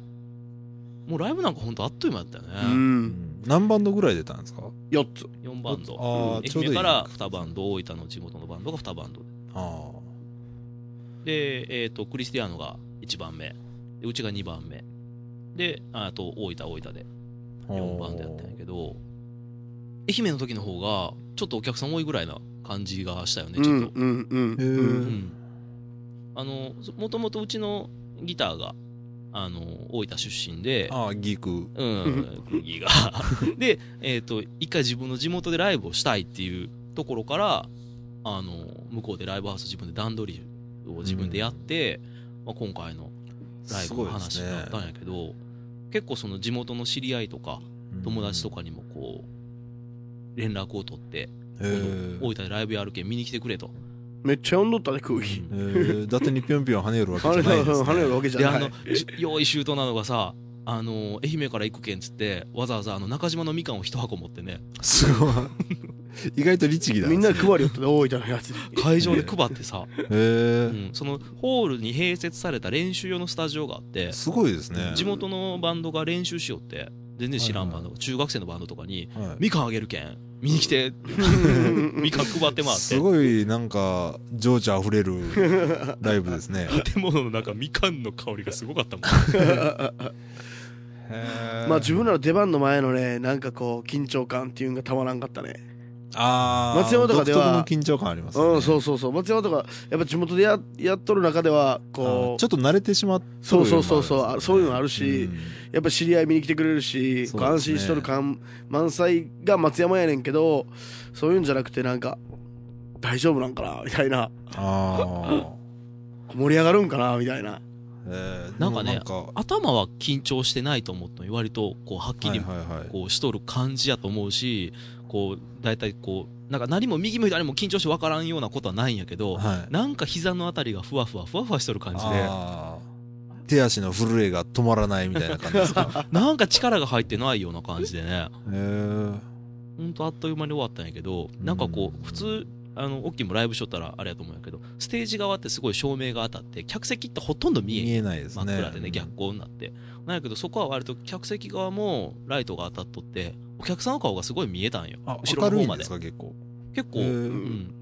[SPEAKER 2] もうライブなんかほんとあっという間だったよ
[SPEAKER 1] う
[SPEAKER 2] ね。
[SPEAKER 1] ん。
[SPEAKER 4] 何バンドぐらい出たんですか
[SPEAKER 1] 4つ。
[SPEAKER 2] 4バンド。
[SPEAKER 4] ああちょ
[SPEAKER 2] 愛
[SPEAKER 4] うどい
[SPEAKER 2] 媛
[SPEAKER 4] い
[SPEAKER 2] から
[SPEAKER 4] あ
[SPEAKER 2] 2バンド、大分の地元のバンドが2バンド。
[SPEAKER 4] あ
[SPEAKER 2] で、えっ、と、クリスティアーノが1番目。で、うちが2番目。で、ああと、大分、大分で4番でやったんやけど、愛媛の時の方が、ちょっとお客さん多いぐらいな感じがしたよね、
[SPEAKER 1] う
[SPEAKER 2] ちょっ
[SPEAKER 1] ん
[SPEAKER 2] と。
[SPEAKER 1] うんうん。
[SPEAKER 4] へ
[SPEAKER 1] う
[SPEAKER 2] うん
[SPEAKER 4] ー
[SPEAKER 1] ん
[SPEAKER 2] あの、そもともとうちのギターが、あの、大分出身で、
[SPEAKER 4] ああギーク
[SPEAKER 2] うん、釘が。で、えっ、と、一回自分の地元でライブをしたいっていうところから、あの、向こうでライブハウス自分で段取りを自分でやって、まあ、今回のライ
[SPEAKER 4] す
[SPEAKER 2] ブの
[SPEAKER 4] ごいで
[SPEAKER 2] 話
[SPEAKER 4] す
[SPEAKER 2] にな
[SPEAKER 4] ね
[SPEAKER 2] ったんやけど、結構その地元の知り合いとか、友達とかにもこう、連絡を取って、
[SPEAKER 4] へえ
[SPEAKER 2] 今度大分でライブやるけん見に来てくれと。
[SPEAKER 1] めっちゃ呼んどったね、空気。
[SPEAKER 4] えー、伊達にぴょんぴょん跳ねるわけ
[SPEAKER 1] 跳ね
[SPEAKER 4] じゃないです、ね、
[SPEAKER 1] 跳ねるわけじ
[SPEAKER 2] で、
[SPEAKER 1] ゃ
[SPEAKER 2] あ
[SPEAKER 1] な
[SPEAKER 2] の
[SPEAKER 1] い。、
[SPEAKER 2] じ用意周到なのがさ、あの、愛媛から行くけんっつって、わざわざあの中島のみかんを一箱持ってね、
[SPEAKER 4] すごい (laughs) 意外と律儀だ
[SPEAKER 1] みんなで
[SPEAKER 4] へ
[SPEAKER 1] 配りよったね、大分のやつに。
[SPEAKER 2] 会場で配ってさ、
[SPEAKER 4] え
[SPEAKER 2] うん、そのホールに併設された練習用のスタジオがあって、
[SPEAKER 4] すごいですね、
[SPEAKER 2] 地元のバンドが練習しようって全然知らんバンド、中学生のバンドとかに
[SPEAKER 4] は
[SPEAKER 2] 「
[SPEAKER 4] い
[SPEAKER 2] みかんあげるけん見に来
[SPEAKER 4] (laughs)
[SPEAKER 2] て」みかん配ってもらっ
[SPEAKER 4] す
[SPEAKER 2] て
[SPEAKER 4] ごいなんか情緒あふれ
[SPEAKER 2] (laughs)
[SPEAKER 4] るライブですね
[SPEAKER 2] 建物の中みかんの香りがすごかったもん
[SPEAKER 4] (laughs)
[SPEAKER 1] まあ自分らの出番の前のね、なんかこう、緊張感っていうのがたまらんかったね。
[SPEAKER 4] あー
[SPEAKER 1] 松山とかでは
[SPEAKER 4] 独特の緊張感ありますね
[SPEAKER 1] うん、そううそうそう。松山とか、やっぱ地元でややっとる中では、こ
[SPEAKER 4] ちょっと慣れてしまって
[SPEAKER 1] う、そうそうそうそう、あそういうのあるし、
[SPEAKER 4] うん
[SPEAKER 1] やっぱ知り合い見に来てくれるし、
[SPEAKER 4] そうですね
[SPEAKER 1] 安心しとる感満載が松山やねんけど、そういうんじゃなくてなんか、大丈夫なんかなみたいな。
[SPEAKER 4] あ
[SPEAKER 1] 盛り上がるんかなみたいな。
[SPEAKER 4] あ、えー、
[SPEAKER 2] (laughs) なんかね
[SPEAKER 4] でも
[SPEAKER 2] 頭は緊張してないと思ったのに割とこうはっき
[SPEAKER 4] はい
[SPEAKER 2] り
[SPEAKER 4] はいはい
[SPEAKER 2] こうしとる感じやと思うしこう大体こうなんか何も右も左も緊張して分からんようなことはないんやけど
[SPEAKER 4] はい
[SPEAKER 2] なんか膝のあたりがふわふわふわふわしとる感じで
[SPEAKER 4] あー手足の震えが止まらないみたいな感じで
[SPEAKER 2] (laughs)
[SPEAKER 4] すか
[SPEAKER 2] なんか力が入ってないような感じでね
[SPEAKER 4] へー
[SPEAKER 2] ほんとあっという間に終わったんやけどなんかこ
[SPEAKER 4] うん
[SPEAKER 2] う普通あのオッキーもライブしとったらあれやと思うんやけどステージ側ってすごい照明が当たって客席ってほとんど見え
[SPEAKER 4] 見
[SPEAKER 2] へん
[SPEAKER 4] えないです
[SPEAKER 2] 真
[SPEAKER 4] ね
[SPEAKER 2] っ暗でね逆光になってなんやけどそこは割と客席側もライトが当たっとってお客さんの顔がすごい見えたんよ
[SPEAKER 4] あ
[SPEAKER 2] 後ろ
[SPEAKER 4] 明
[SPEAKER 2] の
[SPEAKER 4] るい
[SPEAKER 2] 方
[SPEAKER 4] ん
[SPEAKER 2] ま
[SPEAKER 4] で
[SPEAKER 2] です
[SPEAKER 4] か結構
[SPEAKER 2] 結構、
[SPEAKER 4] へ
[SPEAKER 2] う
[SPEAKER 4] ー
[SPEAKER 2] ん、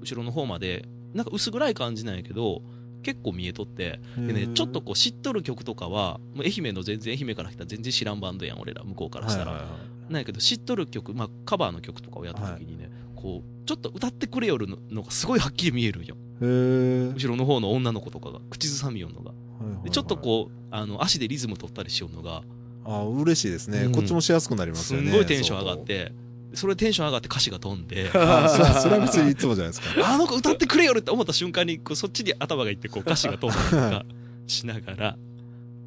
[SPEAKER 2] 後ろの方までなんか薄暗い感じなんやけど結構見えとってでね、ちょっとこう知っとる曲とかはもう愛媛の全然愛媛から来たら全然知らんバンドやん俺ら向こうからしたら、
[SPEAKER 4] はいはいはい
[SPEAKER 2] なんやけど知っとる曲、まあ、カバーの曲とかをやった時にね、こうちょっと歌ってくれよるののがすごいはっきり見えるんよ
[SPEAKER 4] へー
[SPEAKER 2] 後ろの方の女の子とかが口ずさみよんのが
[SPEAKER 4] はいはいは
[SPEAKER 2] で
[SPEAKER 4] い
[SPEAKER 2] ちょっとこうあの足でリズム取ったりしよんのが
[SPEAKER 4] あ嬉しいですね、
[SPEAKER 2] うん
[SPEAKER 4] こっちもしやすくなります
[SPEAKER 2] す
[SPEAKER 4] よね
[SPEAKER 2] んごいテンション上がってそれでテンション上がって歌詞が飛んで
[SPEAKER 4] あそそれは別にいつもじゃないで
[SPEAKER 2] (laughs)
[SPEAKER 4] すか
[SPEAKER 2] あの子歌ってくれよるって思った瞬間にこうそっちに頭がいってこう歌詞が飛んだりと
[SPEAKER 1] (laughs)
[SPEAKER 2] かしながら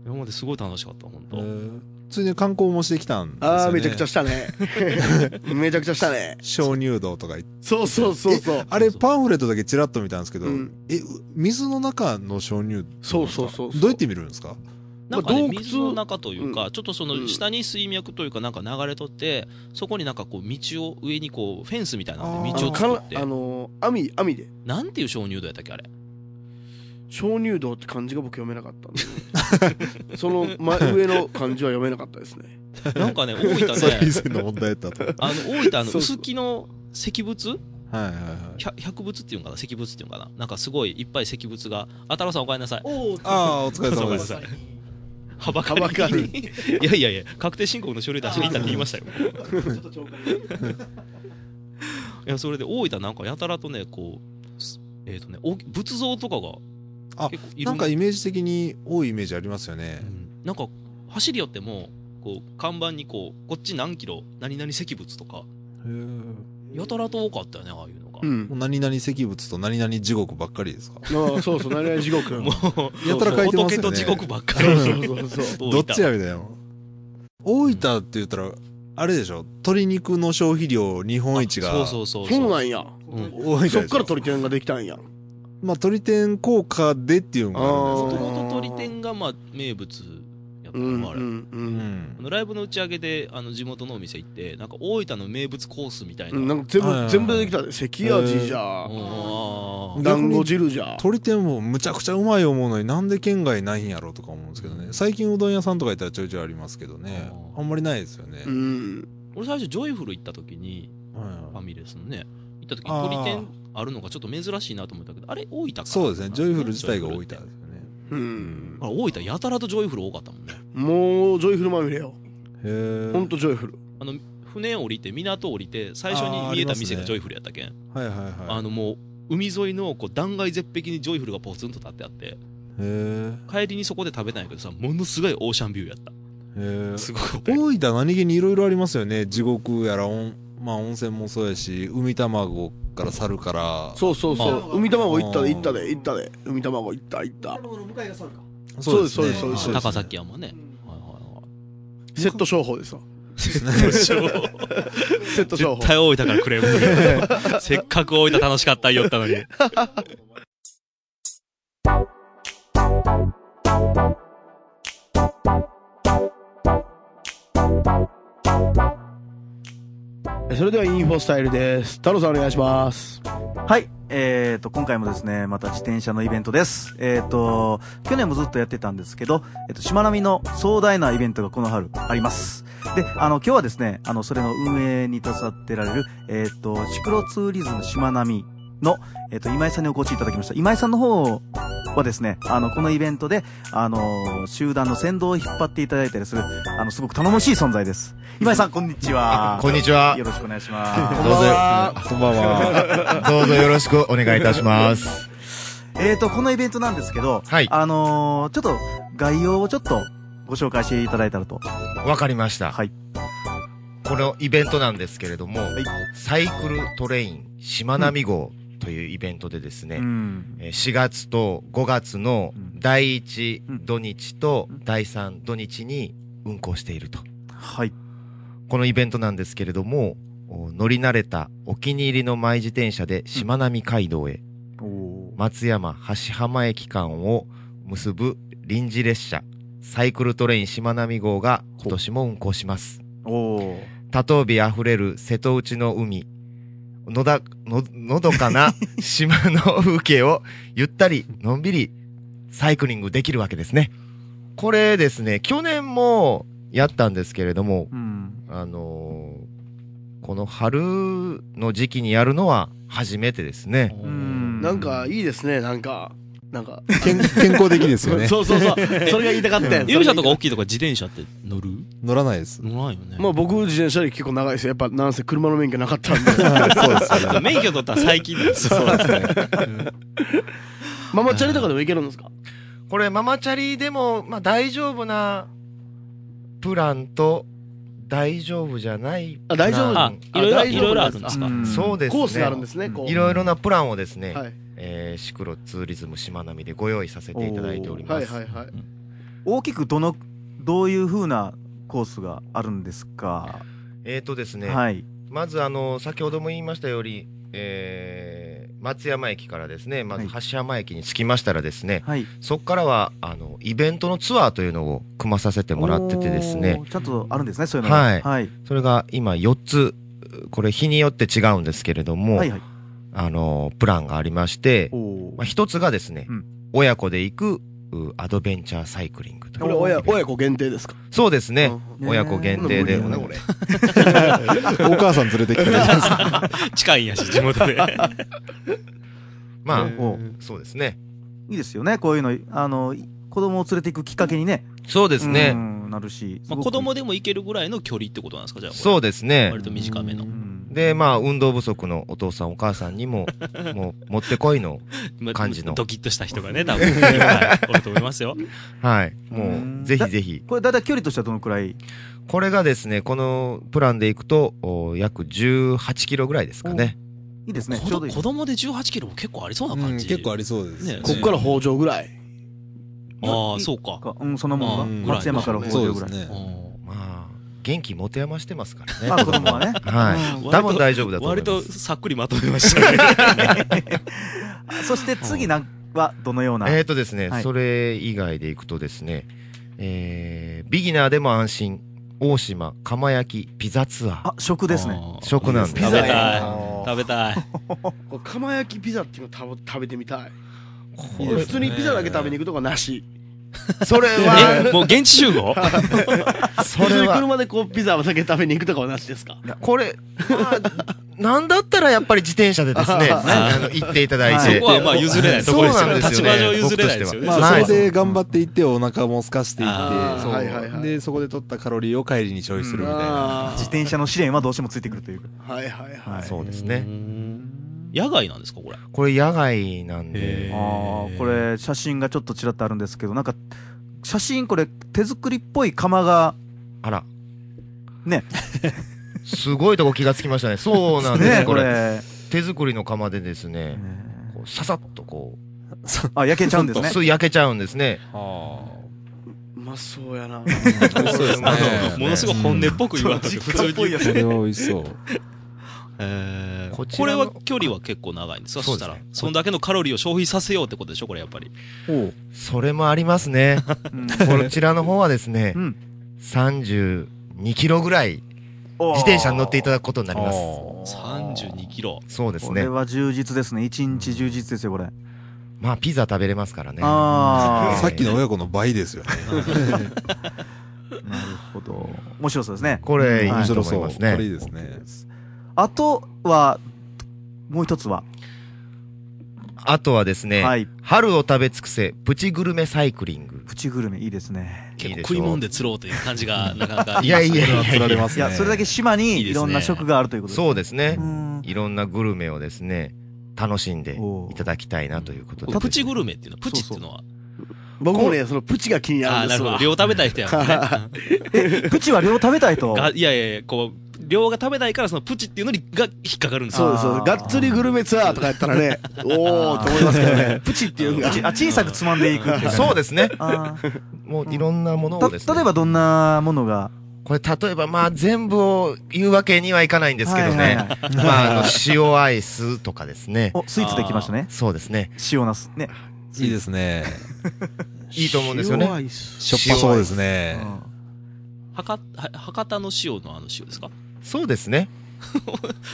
[SPEAKER 2] 今まですごい楽しかった本
[SPEAKER 4] へ
[SPEAKER 2] 当、
[SPEAKER 4] ー普通に観光もしてきたんですよ、ね、
[SPEAKER 1] ああ、めちゃくちゃした
[SPEAKER 4] (laughs)
[SPEAKER 1] ね。めちゃくちゃしたね。
[SPEAKER 4] 鍾乳洞とか行って
[SPEAKER 1] そうそうそうそう。
[SPEAKER 4] あれパンフレットだけチラッと見たんですけど、
[SPEAKER 1] うん
[SPEAKER 4] えう水の中の鍾乳洞
[SPEAKER 1] そうそうそうそう
[SPEAKER 4] どうやって見るんですか
[SPEAKER 2] なんか、ね
[SPEAKER 1] まあ洞窟
[SPEAKER 2] 水の中というか、ちょっとそ
[SPEAKER 1] うん
[SPEAKER 2] の下に水脈というかなんか流れとって、そこになんかこう道を上にこうフェンスみたいなので
[SPEAKER 4] あー
[SPEAKER 1] あ
[SPEAKER 2] 道
[SPEAKER 1] の
[SPEAKER 2] を
[SPEAKER 1] か
[SPEAKER 2] 作
[SPEAKER 1] の
[SPEAKER 2] って
[SPEAKER 1] あの網網で
[SPEAKER 2] なんていう鍾乳洞やったっ
[SPEAKER 1] (laughs)
[SPEAKER 2] けあれ
[SPEAKER 1] 鍾乳洞って漢字が僕読めなかったんで (laughs) その真上の漢字は読めなかったですね
[SPEAKER 2] なんかね大分
[SPEAKER 4] それ以
[SPEAKER 2] ね (laughs)
[SPEAKER 4] 前の問題だったと思う
[SPEAKER 2] あの大分の
[SPEAKER 1] そうそう
[SPEAKER 2] 臼杵の石仏
[SPEAKER 4] はい
[SPEAKER 2] (laughs)
[SPEAKER 4] はいはい。
[SPEAKER 2] 百百物っていうんかな石仏っていうんかななんかすごいいっぱい石仏が「あ太郎さんお帰りなさい」
[SPEAKER 5] おお
[SPEAKER 4] ああ、お疲れ様です。
[SPEAKER 2] お疲れはばかりに
[SPEAKER 1] はばかり
[SPEAKER 2] いやいやいや確定申告の書類出しに行ったって言いましたよ
[SPEAKER 5] ちょっと超過
[SPEAKER 2] いやそれで大分なんかやたらとねこうすえっ、とねお仏像とかが
[SPEAKER 4] あ
[SPEAKER 2] 結構いる
[SPEAKER 4] なんかイメージ的に多いイメージありますよね
[SPEAKER 2] う。んなんか走り寄ってもこう看板にこうこっち何キロ何々石仏とかやたらと多かったよねああいうのが、
[SPEAKER 1] うん
[SPEAKER 4] もう何々石仏と何々地獄ばっかりですか。
[SPEAKER 1] ああそうそう何々地獄
[SPEAKER 2] もう
[SPEAKER 4] やたら書いてま
[SPEAKER 2] 仏
[SPEAKER 4] すよね
[SPEAKER 2] と地獄ばっか
[SPEAKER 1] そう
[SPEAKER 2] り
[SPEAKER 1] そうそうそう
[SPEAKER 4] どっちやみたいな。大分って言ったら、あれでしょ鶏肉の消費量日本一が。
[SPEAKER 2] そうそうそう
[SPEAKER 1] そう
[SPEAKER 2] そう
[SPEAKER 1] なんや
[SPEAKER 4] 大分でし
[SPEAKER 1] そ
[SPEAKER 4] ょ
[SPEAKER 1] っから取り手ができたんや
[SPEAKER 4] まあ、鳥天効果でっていうのもあ
[SPEAKER 2] 元
[SPEAKER 4] るんです
[SPEAKER 2] 々鳥天がまあ名物やった
[SPEAKER 1] う
[SPEAKER 2] の
[SPEAKER 1] んう
[SPEAKER 2] もあれ、
[SPEAKER 4] けどね
[SPEAKER 1] ん
[SPEAKER 2] あのライブの打ち上げであの地元のお店行ってなんか大分の名物コースみたいな、
[SPEAKER 1] う
[SPEAKER 2] うんん、
[SPEAKER 1] なんか全
[SPEAKER 4] はいはいは
[SPEAKER 1] 部
[SPEAKER 4] い
[SPEAKER 1] 全部できたで関味じ
[SPEAKER 2] あ
[SPEAKER 1] ゃ
[SPEAKER 2] ー
[SPEAKER 4] うん
[SPEAKER 1] 団子汁じゃ
[SPEAKER 4] 鳥天もむちゃくちゃうまい思うのになんで県外ないんやろとか思うんですけどね最近うどん屋さんとか行ったらちょいちょいありますけどね
[SPEAKER 2] あー
[SPEAKER 4] あんまりないですよね、
[SPEAKER 1] うん
[SPEAKER 2] 俺最初ジョイフル行った時にファ
[SPEAKER 4] はい
[SPEAKER 2] ミレスのね行った時
[SPEAKER 4] あー
[SPEAKER 2] に鳥天あるのがちょっと珍しいなと思ったけどあれ大分か
[SPEAKER 4] そうですねジョイフル自体が大分
[SPEAKER 2] ジ
[SPEAKER 4] で
[SPEAKER 2] ョイ
[SPEAKER 4] す
[SPEAKER 2] フ
[SPEAKER 4] よ
[SPEAKER 2] ルって
[SPEAKER 1] う
[SPEAKER 4] うん
[SPEAKER 1] ん
[SPEAKER 2] あ大分やたらとジョイフル多かったもんね
[SPEAKER 1] もうジョイフルまみれよほん
[SPEAKER 4] ね
[SPEAKER 1] とジョイフル
[SPEAKER 2] あの船降りて港降りて最初に見えた店がジョイフルやったけんあ,、
[SPEAKER 4] へえはいはいはい
[SPEAKER 2] のもう海沿いのこう断崖絶壁にジョイフルがポツンと立ってあって
[SPEAKER 4] へ
[SPEAKER 2] 帰りにそこで食べたんやけどさものすごいオーシャンビューやった
[SPEAKER 4] えへえ
[SPEAKER 2] すごかったよ
[SPEAKER 4] 大分何気にいろいろありますよね地獄やらおんまあ温泉もそうやし海卵から猿から
[SPEAKER 1] そうそうそ
[SPEAKER 5] まあ
[SPEAKER 1] う海卵行ったで行ったで行ったで海卵行った行った
[SPEAKER 5] なるほど向かいが猿か
[SPEAKER 1] そうですそうですそうです
[SPEAKER 2] 高崎山ね
[SPEAKER 5] うん
[SPEAKER 2] はいはいはい
[SPEAKER 1] セット商法ですわ
[SPEAKER 2] 絶
[SPEAKER 1] セット商法
[SPEAKER 2] 対大分からクレーム (laughs) 来るせっかく大分楽しかった言おったのに
[SPEAKER 1] それではインフォスタイルです太郎さんお願いします
[SPEAKER 3] はい。えっ、と、今回もですね、また自転車のイベントです。えっ、と、去年もずっとやってたんですけど、えっ、と、しまなみの壮大なイベントがこの春あります。で、あの、今日はですね、あの、それの運営に携わってられる、えっ、と、シクロツーリズムしまなみの、えっ、と、今井さんにお越しいただきました。今井さんの方はですね、あの、このイベントで、あの、集団の先導を引っ張っていただいたりする、あの、すごく頼もしい存在です。今井さん、こんにちは。
[SPEAKER 6] (laughs) こんにちは
[SPEAKER 3] よ。ろしくお願いします。
[SPEAKER 6] (laughs) どうぞ、
[SPEAKER 4] こんばんは
[SPEAKER 6] どうぞよろしくお願いいたし
[SPEAKER 3] (laughs)
[SPEAKER 6] ます。
[SPEAKER 3] えーと、このイベントなんですけど、
[SPEAKER 6] はい
[SPEAKER 3] あのー、ちょっと概要をちょっとご紹介していただいたらと。
[SPEAKER 6] わかりました。
[SPEAKER 3] はい。
[SPEAKER 6] このイベントなんですけれど
[SPEAKER 3] い
[SPEAKER 6] も、サイクルトレインしまなみ号というイベントでですね、
[SPEAKER 3] ん。
[SPEAKER 6] えー4月と5月の
[SPEAKER 3] うん
[SPEAKER 6] 第1
[SPEAKER 3] うん
[SPEAKER 6] 土日と
[SPEAKER 3] うん
[SPEAKER 6] 第3土日に運行していると。
[SPEAKER 3] はい。
[SPEAKER 6] このイベントなんですけれども、お乗り慣れたお気に入りのマイ自転車でしまなみ街道へ、
[SPEAKER 3] おー
[SPEAKER 6] 松山橋浜駅間を結ぶ臨時列車サイクルトレインしまなみ号が今年も運行します
[SPEAKER 3] おー
[SPEAKER 6] 多頭日あふれる瀬戸内の海のだののどかな島の風景をゆったりのんびりサイクリングできるわけですねこれですね去年もやったんですけれども
[SPEAKER 3] うん。
[SPEAKER 6] あのーこの春の時期にやるのは初めてですね
[SPEAKER 3] うん
[SPEAKER 1] なんかいいですねなんかなんか
[SPEAKER 4] 健健康的ですよね
[SPEAKER 1] そうそうそうそれが言いたかったやん
[SPEAKER 2] 勇者とか大きいとか自転車って乗る
[SPEAKER 4] 乗らないです (laughs)
[SPEAKER 2] 乗らんよね
[SPEAKER 1] まあ僕自転車で結構長いですよやっぱなんせ車の免許なかったんで
[SPEAKER 4] そうですよね
[SPEAKER 2] (laughs) 免許取ったら最近なんですよ
[SPEAKER 1] ママチャリとかでも行けるんですか
[SPEAKER 6] これママチャリでも、まあ、大丈夫なプランと大丈夫じゃない
[SPEAKER 1] あ大丈夫
[SPEAKER 6] な
[SPEAKER 2] あ
[SPEAKER 6] ん
[SPEAKER 2] いろいろ
[SPEAKER 1] 大
[SPEAKER 2] い
[SPEAKER 1] 丈夫
[SPEAKER 2] ろいろあるんですか
[SPEAKER 3] ん
[SPEAKER 6] そうですね
[SPEAKER 1] コースがあるんですねこう
[SPEAKER 6] いろいろなプランをですね、
[SPEAKER 1] はい
[SPEAKER 6] えーシクロツーリズムしまなみでご用意させていただいておりま
[SPEAKER 1] はい
[SPEAKER 6] す、
[SPEAKER 1] はいはい
[SPEAKER 3] 大きくどの、どういう風なコースがあるんですか、
[SPEAKER 6] えっ、とですね、
[SPEAKER 3] はい。
[SPEAKER 6] まずあの先ほども言いましたより、えー松山駅からですねまず
[SPEAKER 3] は
[SPEAKER 6] 橋山駅に着きましたらですね、
[SPEAKER 3] はい。
[SPEAKER 6] そこからはあのイベントのツアーというのを組まさせてもらっててですね
[SPEAKER 3] おー。ちゃんとあるんですね、そういうのが
[SPEAKER 6] はい
[SPEAKER 3] はい。
[SPEAKER 6] それが今4つこれ日によって違うんですけれども、
[SPEAKER 3] はいはい。
[SPEAKER 6] あの、プランがありまして
[SPEAKER 3] お、ー
[SPEAKER 6] まあ、一つがですね、
[SPEAKER 3] うん
[SPEAKER 6] 親子で行くうアドベンチャーサイクリングという
[SPEAKER 1] これ親親子限定ですか
[SPEAKER 6] そうですね
[SPEAKER 3] ね
[SPEAKER 6] 親子限定で
[SPEAKER 1] こんな
[SPEAKER 6] お
[SPEAKER 1] もん無理
[SPEAKER 6] 願い
[SPEAKER 1] や
[SPEAKER 4] お母さん連れてきてないですか。
[SPEAKER 2] 近いんやし、地元 (laughs) で。
[SPEAKER 6] ま
[SPEAKER 1] ね
[SPEAKER 6] あ
[SPEAKER 3] お
[SPEAKER 6] そうですね
[SPEAKER 3] いいですよね、こういうの、あの、子供を連れていくきっかけにね。
[SPEAKER 6] そうで
[SPEAKER 3] です
[SPEAKER 6] ね
[SPEAKER 3] なるし。
[SPEAKER 2] まあ、子供でも行けるぐらいの距離ってことなんですか、じゃあ。
[SPEAKER 6] そうですね
[SPEAKER 2] 割と短めの。
[SPEAKER 6] でまあ運動不足のお父さんお母さん
[SPEAKER 3] (laughs)
[SPEAKER 6] にももうもってこいの
[SPEAKER 2] ま
[SPEAKER 6] 感じの
[SPEAKER 2] ドキッとした人がね、多分。はいおると思います (laughs) よ。
[SPEAKER 6] はい
[SPEAKER 3] うん
[SPEAKER 6] もうぜひぜひ
[SPEAKER 3] これだいたい距離としてはどのくらい
[SPEAKER 6] これがですねこのプランでいくとお約18キロぐらいですかね
[SPEAKER 3] いいですね。
[SPEAKER 2] 子
[SPEAKER 3] ちょうど
[SPEAKER 2] ど
[SPEAKER 3] いい
[SPEAKER 2] 子。供で18キロも結構ありそうな
[SPEAKER 4] うん
[SPEAKER 2] 感じ。
[SPEAKER 4] 結構ありそうですね。
[SPEAKER 2] ね
[SPEAKER 1] こっから北条ぐらい
[SPEAKER 2] ああ、そうか。
[SPEAKER 3] かうん、そのも
[SPEAKER 2] うんん
[SPEAKER 3] が。松山から北
[SPEAKER 4] そ
[SPEAKER 3] 条
[SPEAKER 4] う
[SPEAKER 3] ぐ
[SPEAKER 4] で
[SPEAKER 3] ら
[SPEAKER 4] す
[SPEAKER 3] い。
[SPEAKER 2] う
[SPEAKER 4] ね。
[SPEAKER 2] ん
[SPEAKER 6] まあ元気持て余してますからね
[SPEAKER 3] まあ子供はね。
[SPEAKER 6] は
[SPEAKER 2] 割
[SPEAKER 3] うん
[SPEAKER 6] い
[SPEAKER 2] と
[SPEAKER 6] 多分大丈夫だと思い
[SPEAKER 2] 割
[SPEAKER 6] ま
[SPEAKER 2] と
[SPEAKER 6] す
[SPEAKER 2] さっくりまとめましたね。
[SPEAKER 3] そして次なんはどのような。
[SPEAKER 6] えーとですね、
[SPEAKER 3] はい
[SPEAKER 6] それ以外でいくとですね、えー、ビギナーでも安心、大島、釜焼き、ピザツアー。
[SPEAKER 3] あ、食ですね。
[SPEAKER 2] あー
[SPEAKER 6] 食なん
[SPEAKER 2] 食
[SPEAKER 6] で
[SPEAKER 2] べ
[SPEAKER 6] す
[SPEAKER 1] ピザ
[SPEAKER 2] たい
[SPEAKER 1] や。
[SPEAKER 2] 食べたい。
[SPEAKER 1] これ釜焼きピザっていうの食べ食べてみたい
[SPEAKER 6] こ
[SPEAKER 1] 普通にピザだけ食べに行くとかなし
[SPEAKER 6] れそれ
[SPEAKER 2] え、
[SPEAKER 6] は、
[SPEAKER 2] もう現地集合
[SPEAKER 6] そ
[SPEAKER 1] 普通
[SPEAKER 6] れ
[SPEAKER 1] に
[SPEAKER 6] は、
[SPEAKER 1] 車でこうピザだけ食べに行くとかはなしですか
[SPEAKER 6] これ、まあ、なんだったらやっぱり自転車でですね、あの行っていただい
[SPEAKER 3] は
[SPEAKER 2] そ
[SPEAKER 6] て
[SPEAKER 2] こ。はまあ譲れないところです
[SPEAKER 6] そう
[SPEAKER 2] よ
[SPEAKER 6] なん
[SPEAKER 2] ね。
[SPEAKER 6] です
[SPEAKER 2] 立
[SPEAKER 6] よね
[SPEAKER 2] 場上譲れないですよね。
[SPEAKER 6] 僕としては
[SPEAKER 4] ま
[SPEAKER 6] は
[SPEAKER 4] あ
[SPEAKER 6] い
[SPEAKER 4] それで頑張っていってお腹も空かしていって
[SPEAKER 2] あー
[SPEAKER 4] そう
[SPEAKER 1] はいはいはい
[SPEAKER 4] でそこで取ったカロリーを帰りに消費するみたいな。
[SPEAKER 1] あ
[SPEAKER 3] 自転車の試練はどうしてもついてくるというか。
[SPEAKER 1] ーはいはいはい
[SPEAKER 3] はい。
[SPEAKER 6] そうですね。
[SPEAKER 2] 野外なんですか、これ。
[SPEAKER 6] これ野外なんで、
[SPEAKER 3] ああ、これ写真がちょっとちらっとあるんですけど、なんか、写真これ手作りっぽい釜が、
[SPEAKER 6] あら。
[SPEAKER 3] ね。
[SPEAKER 6] すごいとこ気がつきましたね。そうなんです、
[SPEAKER 3] ね
[SPEAKER 6] こ
[SPEAKER 3] こ
[SPEAKER 6] れ。
[SPEAKER 3] れ。
[SPEAKER 6] (laughs) 手作りの釜でですね、
[SPEAKER 3] ね
[SPEAKER 6] こうささっとこ
[SPEAKER 3] あ、焼けちゃうんです
[SPEAKER 6] う、
[SPEAKER 3] ね。
[SPEAKER 6] すぐ焼けちゃうんですね。
[SPEAKER 1] うまそうやな
[SPEAKER 4] 美味しそうですね
[SPEAKER 2] あの、ものすごい本音っぽく言わなくて、普通に言って。
[SPEAKER 4] これは美味しそう。
[SPEAKER 2] えー
[SPEAKER 6] こち
[SPEAKER 2] これ
[SPEAKER 6] らの
[SPEAKER 2] は距離は結構長いんですか
[SPEAKER 6] そ
[SPEAKER 2] そう
[SPEAKER 6] で
[SPEAKER 2] し
[SPEAKER 6] す
[SPEAKER 2] た
[SPEAKER 6] ね
[SPEAKER 2] ら。そんだけのカロリーを消費させようってことでしょこれやっぱり。
[SPEAKER 6] それもありますね。
[SPEAKER 3] うん
[SPEAKER 6] こちらの方はですね
[SPEAKER 3] う、ん
[SPEAKER 6] 32キロぐらい (laughs) 自転車に乗っていただくことになります。
[SPEAKER 2] 32キロ。
[SPEAKER 6] そうです
[SPEAKER 3] これ
[SPEAKER 6] ね。
[SPEAKER 3] は充実ですね。一日充実ですよ、これ。
[SPEAKER 6] まあ、ピザ食べれますからね。
[SPEAKER 3] あー
[SPEAKER 4] さっきの親子の倍ですよね。
[SPEAKER 3] なるほど。面白そうですね。
[SPEAKER 6] これ、い
[SPEAKER 3] はい
[SPEAKER 4] 面
[SPEAKER 6] と
[SPEAKER 4] 白
[SPEAKER 6] 思
[SPEAKER 4] そ。
[SPEAKER 6] いうま
[SPEAKER 4] こ
[SPEAKER 6] す
[SPEAKER 4] れい
[SPEAKER 6] ね。
[SPEAKER 4] いですね。
[SPEAKER 3] あとは、もう一つは。
[SPEAKER 6] あとはですね、
[SPEAKER 3] はい。
[SPEAKER 6] 春を食べ尽くせ、プチグルメサイクリング。
[SPEAKER 3] プチグルメ、いいですね。
[SPEAKER 2] 結
[SPEAKER 6] いい
[SPEAKER 2] 構
[SPEAKER 6] でしょ
[SPEAKER 2] 食い物で釣ろうという感じが、なかなか
[SPEAKER 6] いやいやいやい
[SPEAKER 4] 釣られ
[SPEAKER 6] や。
[SPEAKER 4] ます
[SPEAKER 3] い
[SPEAKER 4] ね。
[SPEAKER 3] や、それだけ島
[SPEAKER 2] い
[SPEAKER 3] に
[SPEAKER 2] いですね
[SPEAKER 3] いろんな食があるということですね。
[SPEAKER 6] そうですね
[SPEAKER 3] う。ん
[SPEAKER 6] いろんなグルメをですね、楽しんで
[SPEAKER 3] おー
[SPEAKER 6] いただきたいなということで。
[SPEAKER 2] プチグルメっていうのは、プチっていうのは。
[SPEAKER 1] (laughs) 僕もねそのプチが気に
[SPEAKER 2] あ
[SPEAKER 1] な
[SPEAKER 2] あ
[SPEAKER 1] る
[SPEAKER 2] ー、
[SPEAKER 1] んです
[SPEAKER 2] なるほ
[SPEAKER 1] よ
[SPEAKER 2] ど。量食べたい人やもんね。
[SPEAKER 3] プチは量食べた
[SPEAKER 2] (laughs)
[SPEAKER 3] いと。
[SPEAKER 2] がいやいやいや、こう、量が食べたいから、そのプチっていうのにが引っかかるんです
[SPEAKER 1] そう
[SPEAKER 2] よ。
[SPEAKER 1] ですそうで
[SPEAKER 3] あ
[SPEAKER 1] す
[SPEAKER 3] ー
[SPEAKER 1] がっつりグルメツアーとかやったら (laughs) ねおーって思いますけどねプチっていう
[SPEAKER 3] プ
[SPEAKER 1] か
[SPEAKER 3] チあ、小さくつまんでいくっていう
[SPEAKER 6] そうですね。
[SPEAKER 3] あー
[SPEAKER 6] もういろんなものをです
[SPEAKER 3] た
[SPEAKER 6] ね。
[SPEAKER 3] 例えばどんなものが。
[SPEAKER 6] これ例えばまあ全部を言うわけにはいかないんですけどね。
[SPEAKER 3] はいはいはい
[SPEAKER 6] まあ、あの、塩アイスとかですね。
[SPEAKER 3] お、スイーツできましたね。
[SPEAKER 6] そうですね。
[SPEAKER 3] 塩ナス。ね。
[SPEAKER 4] いいですね。
[SPEAKER 6] いいと思うんですよね
[SPEAKER 1] 塩アイス
[SPEAKER 4] しょっぱそうですね。
[SPEAKER 2] 博は博多の塩のあの塩ですか
[SPEAKER 6] そうで
[SPEAKER 2] (laughs)
[SPEAKER 6] すね。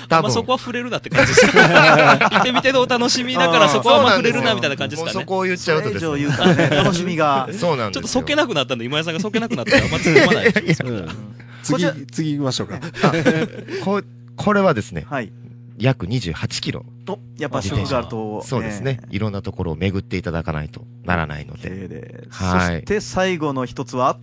[SPEAKER 2] まあそこは触れるなって感じです行ってみてのお楽しみだから、
[SPEAKER 3] あー
[SPEAKER 2] そこはまあ触れるなみたいな感じですか
[SPEAKER 6] もう
[SPEAKER 2] ね
[SPEAKER 6] そ。こを言っちゃうとです
[SPEAKER 3] それ以上言
[SPEAKER 6] ね
[SPEAKER 3] う。からね、楽しみが。
[SPEAKER 6] そうなん
[SPEAKER 2] ちょっ
[SPEAKER 6] ですよ
[SPEAKER 2] とそけなくなったんで、今井さんがそけなくなったら、あんま突っ込まないでしょ。
[SPEAKER 4] うん
[SPEAKER 3] こちら
[SPEAKER 4] 次、次行きましょうか。
[SPEAKER 6] ここれはですね、
[SPEAKER 3] はい。
[SPEAKER 6] 約28キロ。
[SPEAKER 3] と、やっぱ食があると。
[SPEAKER 6] そうですね。いろんなところを巡っていただかないとならないの
[SPEAKER 3] えー。
[SPEAKER 6] で。
[SPEAKER 3] 綺麗ですそ
[SPEAKER 6] はい
[SPEAKER 3] して最後の一つは、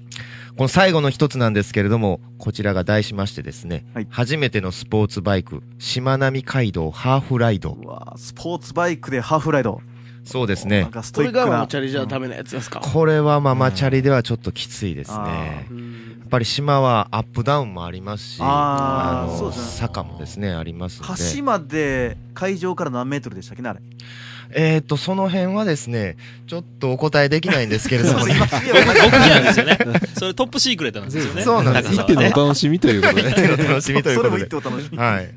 [SPEAKER 6] この最後の一つなんですけれども、こちらが題しましてですね、
[SPEAKER 3] はい
[SPEAKER 6] 初めてのスポーツバイク、しまなみ海道ハーフライド。
[SPEAKER 3] うわースポーツバイクでハーフライド。
[SPEAKER 6] そうです
[SPEAKER 3] な
[SPEAKER 6] ね
[SPEAKER 3] ん。かス
[SPEAKER 1] こ
[SPEAKER 3] トイ
[SPEAKER 1] れ
[SPEAKER 3] ック
[SPEAKER 1] が
[SPEAKER 3] な。
[SPEAKER 1] マチャリじゃダメなやつですか
[SPEAKER 6] これはママチャリではちょっときついですね。
[SPEAKER 1] うん
[SPEAKER 6] やっぱり島はアップダウンもありますし、
[SPEAKER 3] あー
[SPEAKER 6] の
[SPEAKER 3] そうですね
[SPEAKER 6] 坂もですね、ありますの
[SPEAKER 3] 鹿
[SPEAKER 6] で。
[SPEAKER 3] 島で会場から何メートルでしたっけね、あれ。
[SPEAKER 6] えっ、と、その辺はですね、ちょっとお答えできないんですけれど
[SPEAKER 3] (laughs)
[SPEAKER 6] も、ね、
[SPEAKER 2] 僕なんですよね。それトップシークレットなんですよね。
[SPEAKER 6] そうなんです
[SPEAKER 2] 高
[SPEAKER 4] 行
[SPEAKER 2] さ
[SPEAKER 4] って
[SPEAKER 2] は
[SPEAKER 4] のお
[SPEAKER 2] ね
[SPEAKER 4] 楽しみということで。
[SPEAKER 6] 手の楽しみという
[SPEAKER 3] そ
[SPEAKER 6] こ
[SPEAKER 3] れ
[SPEAKER 6] と
[SPEAKER 3] も言っ
[SPEAKER 6] で
[SPEAKER 3] て。お楽しみ。
[SPEAKER 6] はい。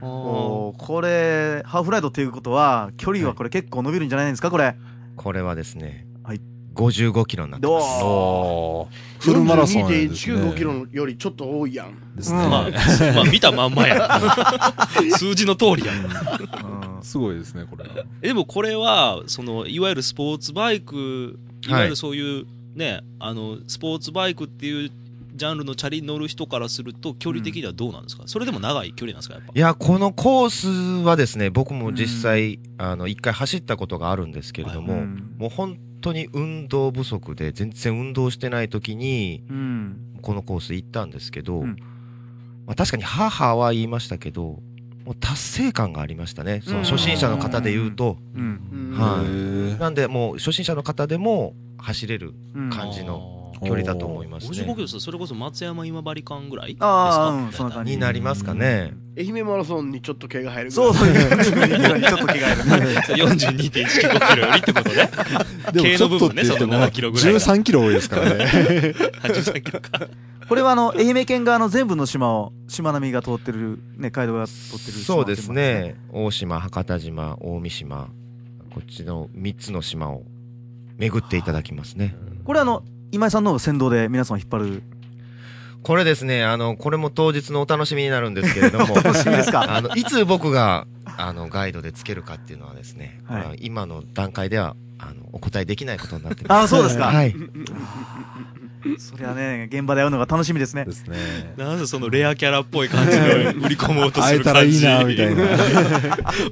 [SPEAKER 3] おーこれ、ハーフライドっていうことは、距離はこれ結構伸びるんじゃないですか、これ。
[SPEAKER 6] これはですね、
[SPEAKER 3] はい
[SPEAKER 6] 55キロになってま
[SPEAKER 3] どう
[SPEAKER 6] す。
[SPEAKER 4] おーフルマラソンやですね。
[SPEAKER 1] 42.195キロよりちょっと多いやん
[SPEAKER 4] ですね。
[SPEAKER 3] うん
[SPEAKER 2] まあ、まあ見たまんまや。数字の通りや。
[SPEAKER 3] うん
[SPEAKER 4] すごいですね、これは。
[SPEAKER 2] えでもこれは、その、いわゆるスポーツバイクいわゆるそういうねあのスポーツバイクっていうジャンルのチャリに乗る人からすると距離的にはどうなんですか、それでも長い距離なんですかやっぱ
[SPEAKER 6] いや、このコースはですね、僕も実際、あの、一回走ったことがあるんですけれど
[SPEAKER 3] う
[SPEAKER 6] も、
[SPEAKER 3] ん
[SPEAKER 6] もう本当に運動不足で、全然運動してない時に、
[SPEAKER 3] うん
[SPEAKER 6] このコース行ったんですけど、
[SPEAKER 3] うん
[SPEAKER 6] まあ確かに母は言いましたけど、もう達成感がありましたね。そ
[SPEAKER 3] うん
[SPEAKER 6] の初心者の方で言うと、
[SPEAKER 3] うん
[SPEAKER 1] うん
[SPEAKER 6] はい
[SPEAKER 4] へ
[SPEAKER 6] なんでもう初心者の方でも走れる
[SPEAKER 3] うん
[SPEAKER 6] 感じの距離だと思います
[SPEAKER 2] 55
[SPEAKER 6] ね
[SPEAKER 2] キ。ロそれこそ松山今治間ぐらいです
[SPEAKER 3] あ
[SPEAKER 2] か
[SPEAKER 3] ーうんそんな感じ
[SPEAKER 6] になりますかね。
[SPEAKER 1] 愛媛マラソンにちょっと毛が入るぐら
[SPEAKER 3] そ
[SPEAKER 1] いう
[SPEAKER 3] そう、ちょっと気が入る。
[SPEAKER 2] 42.195キロよりってことね。
[SPEAKER 4] でも
[SPEAKER 2] 軽
[SPEAKER 4] ち
[SPEAKER 2] の
[SPEAKER 4] ょ
[SPEAKER 2] 部
[SPEAKER 4] っと
[SPEAKER 2] 分
[SPEAKER 4] って
[SPEAKER 2] ね
[SPEAKER 4] 言っても
[SPEAKER 2] その7キロぐらいが
[SPEAKER 4] 13キロ多いですからね
[SPEAKER 2] 83キロか。
[SPEAKER 3] これはあの、愛媛県側の全部の島を、しまなみが通ってる、ね、街道が通ってる島
[SPEAKER 6] そうです。ね。大島、博多島、大三島、こっちの3つの島を巡っていただきますね。
[SPEAKER 3] これあの、今井さんの先導で皆さんを引っ張
[SPEAKER 6] (laughs)
[SPEAKER 3] る。
[SPEAKER 6] これですね、あの、これも当日のお楽しみになるんですけれ
[SPEAKER 3] (laughs)
[SPEAKER 6] ども、
[SPEAKER 3] 楽しみですか
[SPEAKER 6] あの、いつ僕が、あの、ガイドでつけるかっていうのはですね、
[SPEAKER 3] はい
[SPEAKER 6] あの今の段階では、あの、お答えできないことになってます。
[SPEAKER 3] ああ、そうですか。
[SPEAKER 6] はい。
[SPEAKER 3] そりゃね、現場で会うのが楽しみですね
[SPEAKER 4] で。すね
[SPEAKER 2] なんでそのレアキャラっぽい感じの売り込もうとす
[SPEAKER 4] (laughs) 会え
[SPEAKER 2] る
[SPEAKER 4] たら
[SPEAKER 2] 感
[SPEAKER 4] いい
[SPEAKER 2] じ。
[SPEAKER 4] なみたいな。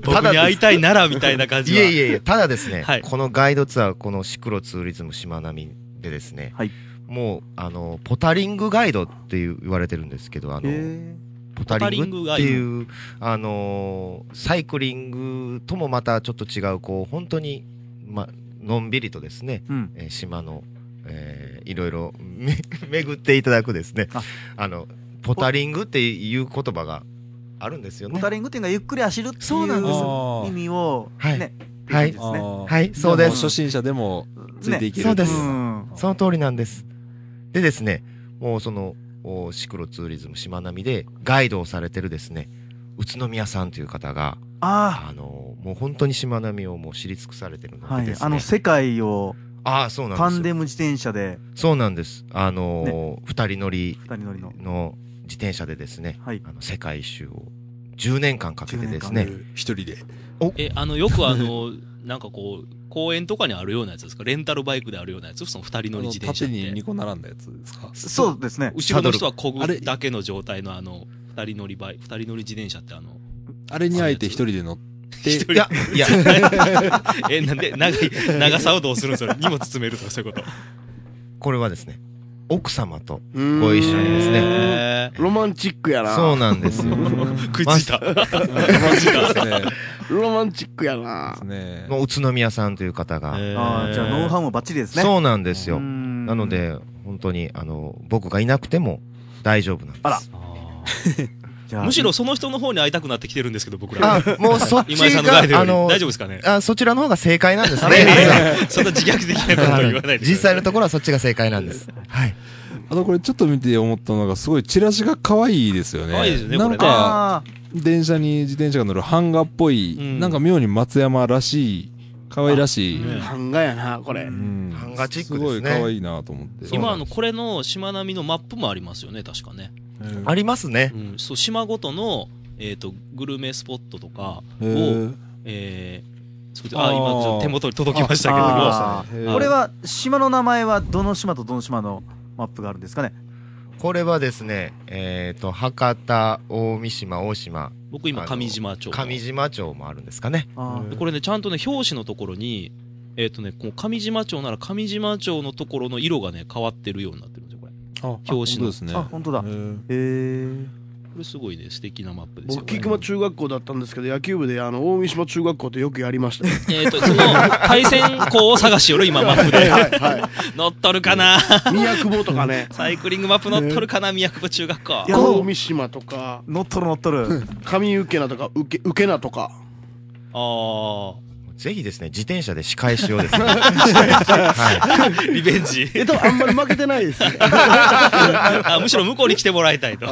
[SPEAKER 2] 僕に会いたいならみたいな感じ
[SPEAKER 6] い
[SPEAKER 2] は。
[SPEAKER 6] えいえいえ、ただですね、
[SPEAKER 2] はい
[SPEAKER 6] このガイドツアー、このシクロツーリズムしまなみでですね、
[SPEAKER 3] はい
[SPEAKER 6] もう、あの、ポタリングガイドっていう言われてるんですけど、あの、
[SPEAKER 3] へ
[SPEAKER 6] ポタリングっていう、あのーサイクリングともまたちょっと違う、こう、本当に、ま、のんびりとですね、
[SPEAKER 3] え。うん。
[SPEAKER 6] えー島の、えーいろいろめ巡っていただくですね
[SPEAKER 3] あ、
[SPEAKER 6] あの、ポタリングっていう言葉があるんですよ
[SPEAKER 3] ポ
[SPEAKER 6] ね。
[SPEAKER 3] タリングっていうのはゆっくり走るって
[SPEAKER 6] そうなんで
[SPEAKER 3] いう意味を、
[SPEAKER 6] はい
[SPEAKER 3] ね、って
[SPEAKER 6] は
[SPEAKER 3] 感じ
[SPEAKER 6] い
[SPEAKER 3] ですね。
[SPEAKER 6] はいそうです
[SPEAKER 4] も初心者でもついていける
[SPEAKER 6] そうです
[SPEAKER 3] うん
[SPEAKER 6] その通りなんです。でですね、もうその、おシクロツーリズムしまなみでガイドをされてるですね、宇都宮さんという方が、
[SPEAKER 3] あ
[SPEAKER 6] あのーもう本当にしまなみをもう知り尽くされてる
[SPEAKER 3] あ、
[SPEAKER 6] の
[SPEAKER 3] は
[SPEAKER 6] でで
[SPEAKER 3] い。
[SPEAKER 6] すね。
[SPEAKER 3] あの、世界を、
[SPEAKER 6] ああ、そうなんですよ。
[SPEAKER 3] タンデム自転車で、
[SPEAKER 6] そうなんです。あのー二、人乗り
[SPEAKER 3] 二人乗りの。
[SPEAKER 6] の自転車でですね、
[SPEAKER 3] はい。
[SPEAKER 6] あの世界一周を10年間かけてです
[SPEAKER 3] 10
[SPEAKER 6] ね
[SPEAKER 3] 年、
[SPEAKER 4] 一人で
[SPEAKER 2] え、あの、よくあの、 (laughs) なんかこう、公園とかにあるようなやつですかレンタルバイクであるようなやつその二人乗り自転車
[SPEAKER 4] 縦
[SPEAKER 2] っ
[SPEAKER 4] に
[SPEAKER 2] て
[SPEAKER 4] 2。個並んだやつですか
[SPEAKER 3] そうですね。
[SPEAKER 2] 後ろの人はこぐ
[SPEAKER 4] あれ
[SPEAKER 2] だけの状態のあの、二人乗りバイク、二人乗り自転車ってあの、
[SPEAKER 4] あれにあえて一人で乗って
[SPEAKER 2] 一人
[SPEAKER 6] い
[SPEAKER 2] (laughs)
[SPEAKER 6] や、いや、
[SPEAKER 2] え、なんで、長い、長さをどうするんですよ。荷物詰めるとかそういうこと。
[SPEAKER 6] これはですね、奥様と
[SPEAKER 1] うん
[SPEAKER 6] ご一緒にですね、
[SPEAKER 2] へ
[SPEAKER 1] ロマンチックやな
[SPEAKER 6] そうなんで
[SPEAKER 3] (laughs)
[SPEAKER 6] すよ。
[SPEAKER 2] ー食いついた。
[SPEAKER 4] ですね
[SPEAKER 1] ロマンチックや
[SPEAKER 4] で
[SPEAKER 1] な
[SPEAKER 4] すね
[SPEAKER 6] の宇都宮さんという方が、
[SPEAKER 3] ああ、じゃあ、ノウハ
[SPEAKER 2] ウ。
[SPEAKER 3] ウもバッチリですね。
[SPEAKER 6] そうなんですよ。
[SPEAKER 3] な
[SPEAKER 6] なの、で、本当に、あの、僕がいなくても大丈夫なんです。
[SPEAKER 3] あらじゃあ
[SPEAKER 2] むしろその人の方に会いたくなってきてるんですけど、僕ら。
[SPEAKER 6] あ、もうそっち
[SPEAKER 2] 今井さんのガイド
[SPEAKER 6] が、
[SPEAKER 2] よ
[SPEAKER 6] あ
[SPEAKER 2] り。
[SPEAKER 6] の、
[SPEAKER 2] 大丈夫ですかね
[SPEAKER 6] あ、そちらの方が正解なんです
[SPEAKER 2] あれ
[SPEAKER 6] ね。
[SPEAKER 2] そんな自虐的なこと (laughs) 言わないでください。
[SPEAKER 6] 実際のところはそっちが正解なんです。はい。
[SPEAKER 4] あとこれちょっと見て思ったのがすごいチラシが可愛いですよね
[SPEAKER 2] 可愛いですよね
[SPEAKER 4] なん
[SPEAKER 3] あ
[SPEAKER 4] か電車に自転車が乗る版画っぽい、
[SPEAKER 2] うん
[SPEAKER 4] なんか妙に松山らしい可愛らしい、
[SPEAKER 2] あね
[SPEAKER 1] 版画やなこれ
[SPEAKER 4] うん
[SPEAKER 6] 版画チックですね
[SPEAKER 4] ごい可愛いなと思って
[SPEAKER 2] 今あのこれのしまなみのマップもありますよね確かね、
[SPEAKER 6] ありますね。
[SPEAKER 2] うん、そう島ごとの、えー、とグルメスポットとかを、
[SPEAKER 4] へー
[SPEAKER 2] えー作ってあ
[SPEAKER 4] あー
[SPEAKER 2] 今ちょっと手元に届きましたけども
[SPEAKER 3] あ
[SPEAKER 4] けど
[SPEAKER 3] ーこれは島の名前はどの島とどの島のマップがあるんですかね
[SPEAKER 6] これはですね、えっ、と、博多、大三島、大島、
[SPEAKER 2] 僕今上島町
[SPEAKER 6] 上島町もあるんですかね。
[SPEAKER 3] あー
[SPEAKER 2] でこれねちゃんとね表紙のところにえっ、とねこの上島町なら上島町のところの色がね変わってるようになってるんですよこれ
[SPEAKER 4] あ
[SPEAKER 2] 表紙の
[SPEAKER 4] 本当ですね
[SPEAKER 3] あ本当だ
[SPEAKER 4] へー
[SPEAKER 3] へー
[SPEAKER 2] これすごいね素敵なマップですよ
[SPEAKER 1] 僕
[SPEAKER 2] ね
[SPEAKER 1] 菊間中学校だったんですけど野球部であの大三島中学校ってよくやりましたよ (laughs)
[SPEAKER 2] えっ、とその対戦校を探しよる今マップで
[SPEAKER 1] はいは
[SPEAKER 2] 乗っとるかない
[SPEAKER 1] 宮久保とかね
[SPEAKER 2] サイクリングマップ乗っとるかな宮久保中学校
[SPEAKER 3] いや
[SPEAKER 1] 大三島とか
[SPEAKER 3] 乗っとる乗っと
[SPEAKER 6] (laughs)
[SPEAKER 3] る
[SPEAKER 1] 上受けなとか受け受けなとか
[SPEAKER 2] あ
[SPEAKER 6] ぜひですね、自転車で仕返し
[SPEAKER 2] (laughs)
[SPEAKER 6] をですね。は
[SPEAKER 2] あ、リベンジ。
[SPEAKER 1] え多分あんまり負けてないですね
[SPEAKER 2] あむしろ向こうに来てもらいたいと。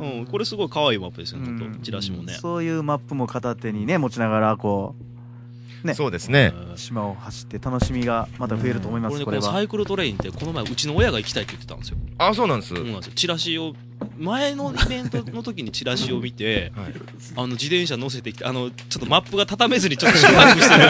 [SPEAKER 2] うん、これすごい可愛いマップですよね、
[SPEAKER 3] うん
[SPEAKER 2] ちょっとチラシもね。
[SPEAKER 3] そういうマップも片手にね持ちながらこ
[SPEAKER 6] い。
[SPEAKER 3] ね
[SPEAKER 6] そうですね。
[SPEAKER 2] うん
[SPEAKER 3] う島を走って楽しみがまた増えると思いま
[SPEAKER 2] これ
[SPEAKER 3] す
[SPEAKER 2] ね、こ
[SPEAKER 3] これ
[SPEAKER 2] のサ
[SPEAKER 3] は
[SPEAKER 2] イクルトレインって、この前、うちの親が行きたいって言ってたんですよ。
[SPEAKER 6] あ、そうなんです
[SPEAKER 2] そう。なんですよ。チラシを前のイベントの時にチラシを見て、
[SPEAKER 6] はい
[SPEAKER 2] あの自転車乗せてきてあのちょっとマップが畳めずにちょっとしばらくしてる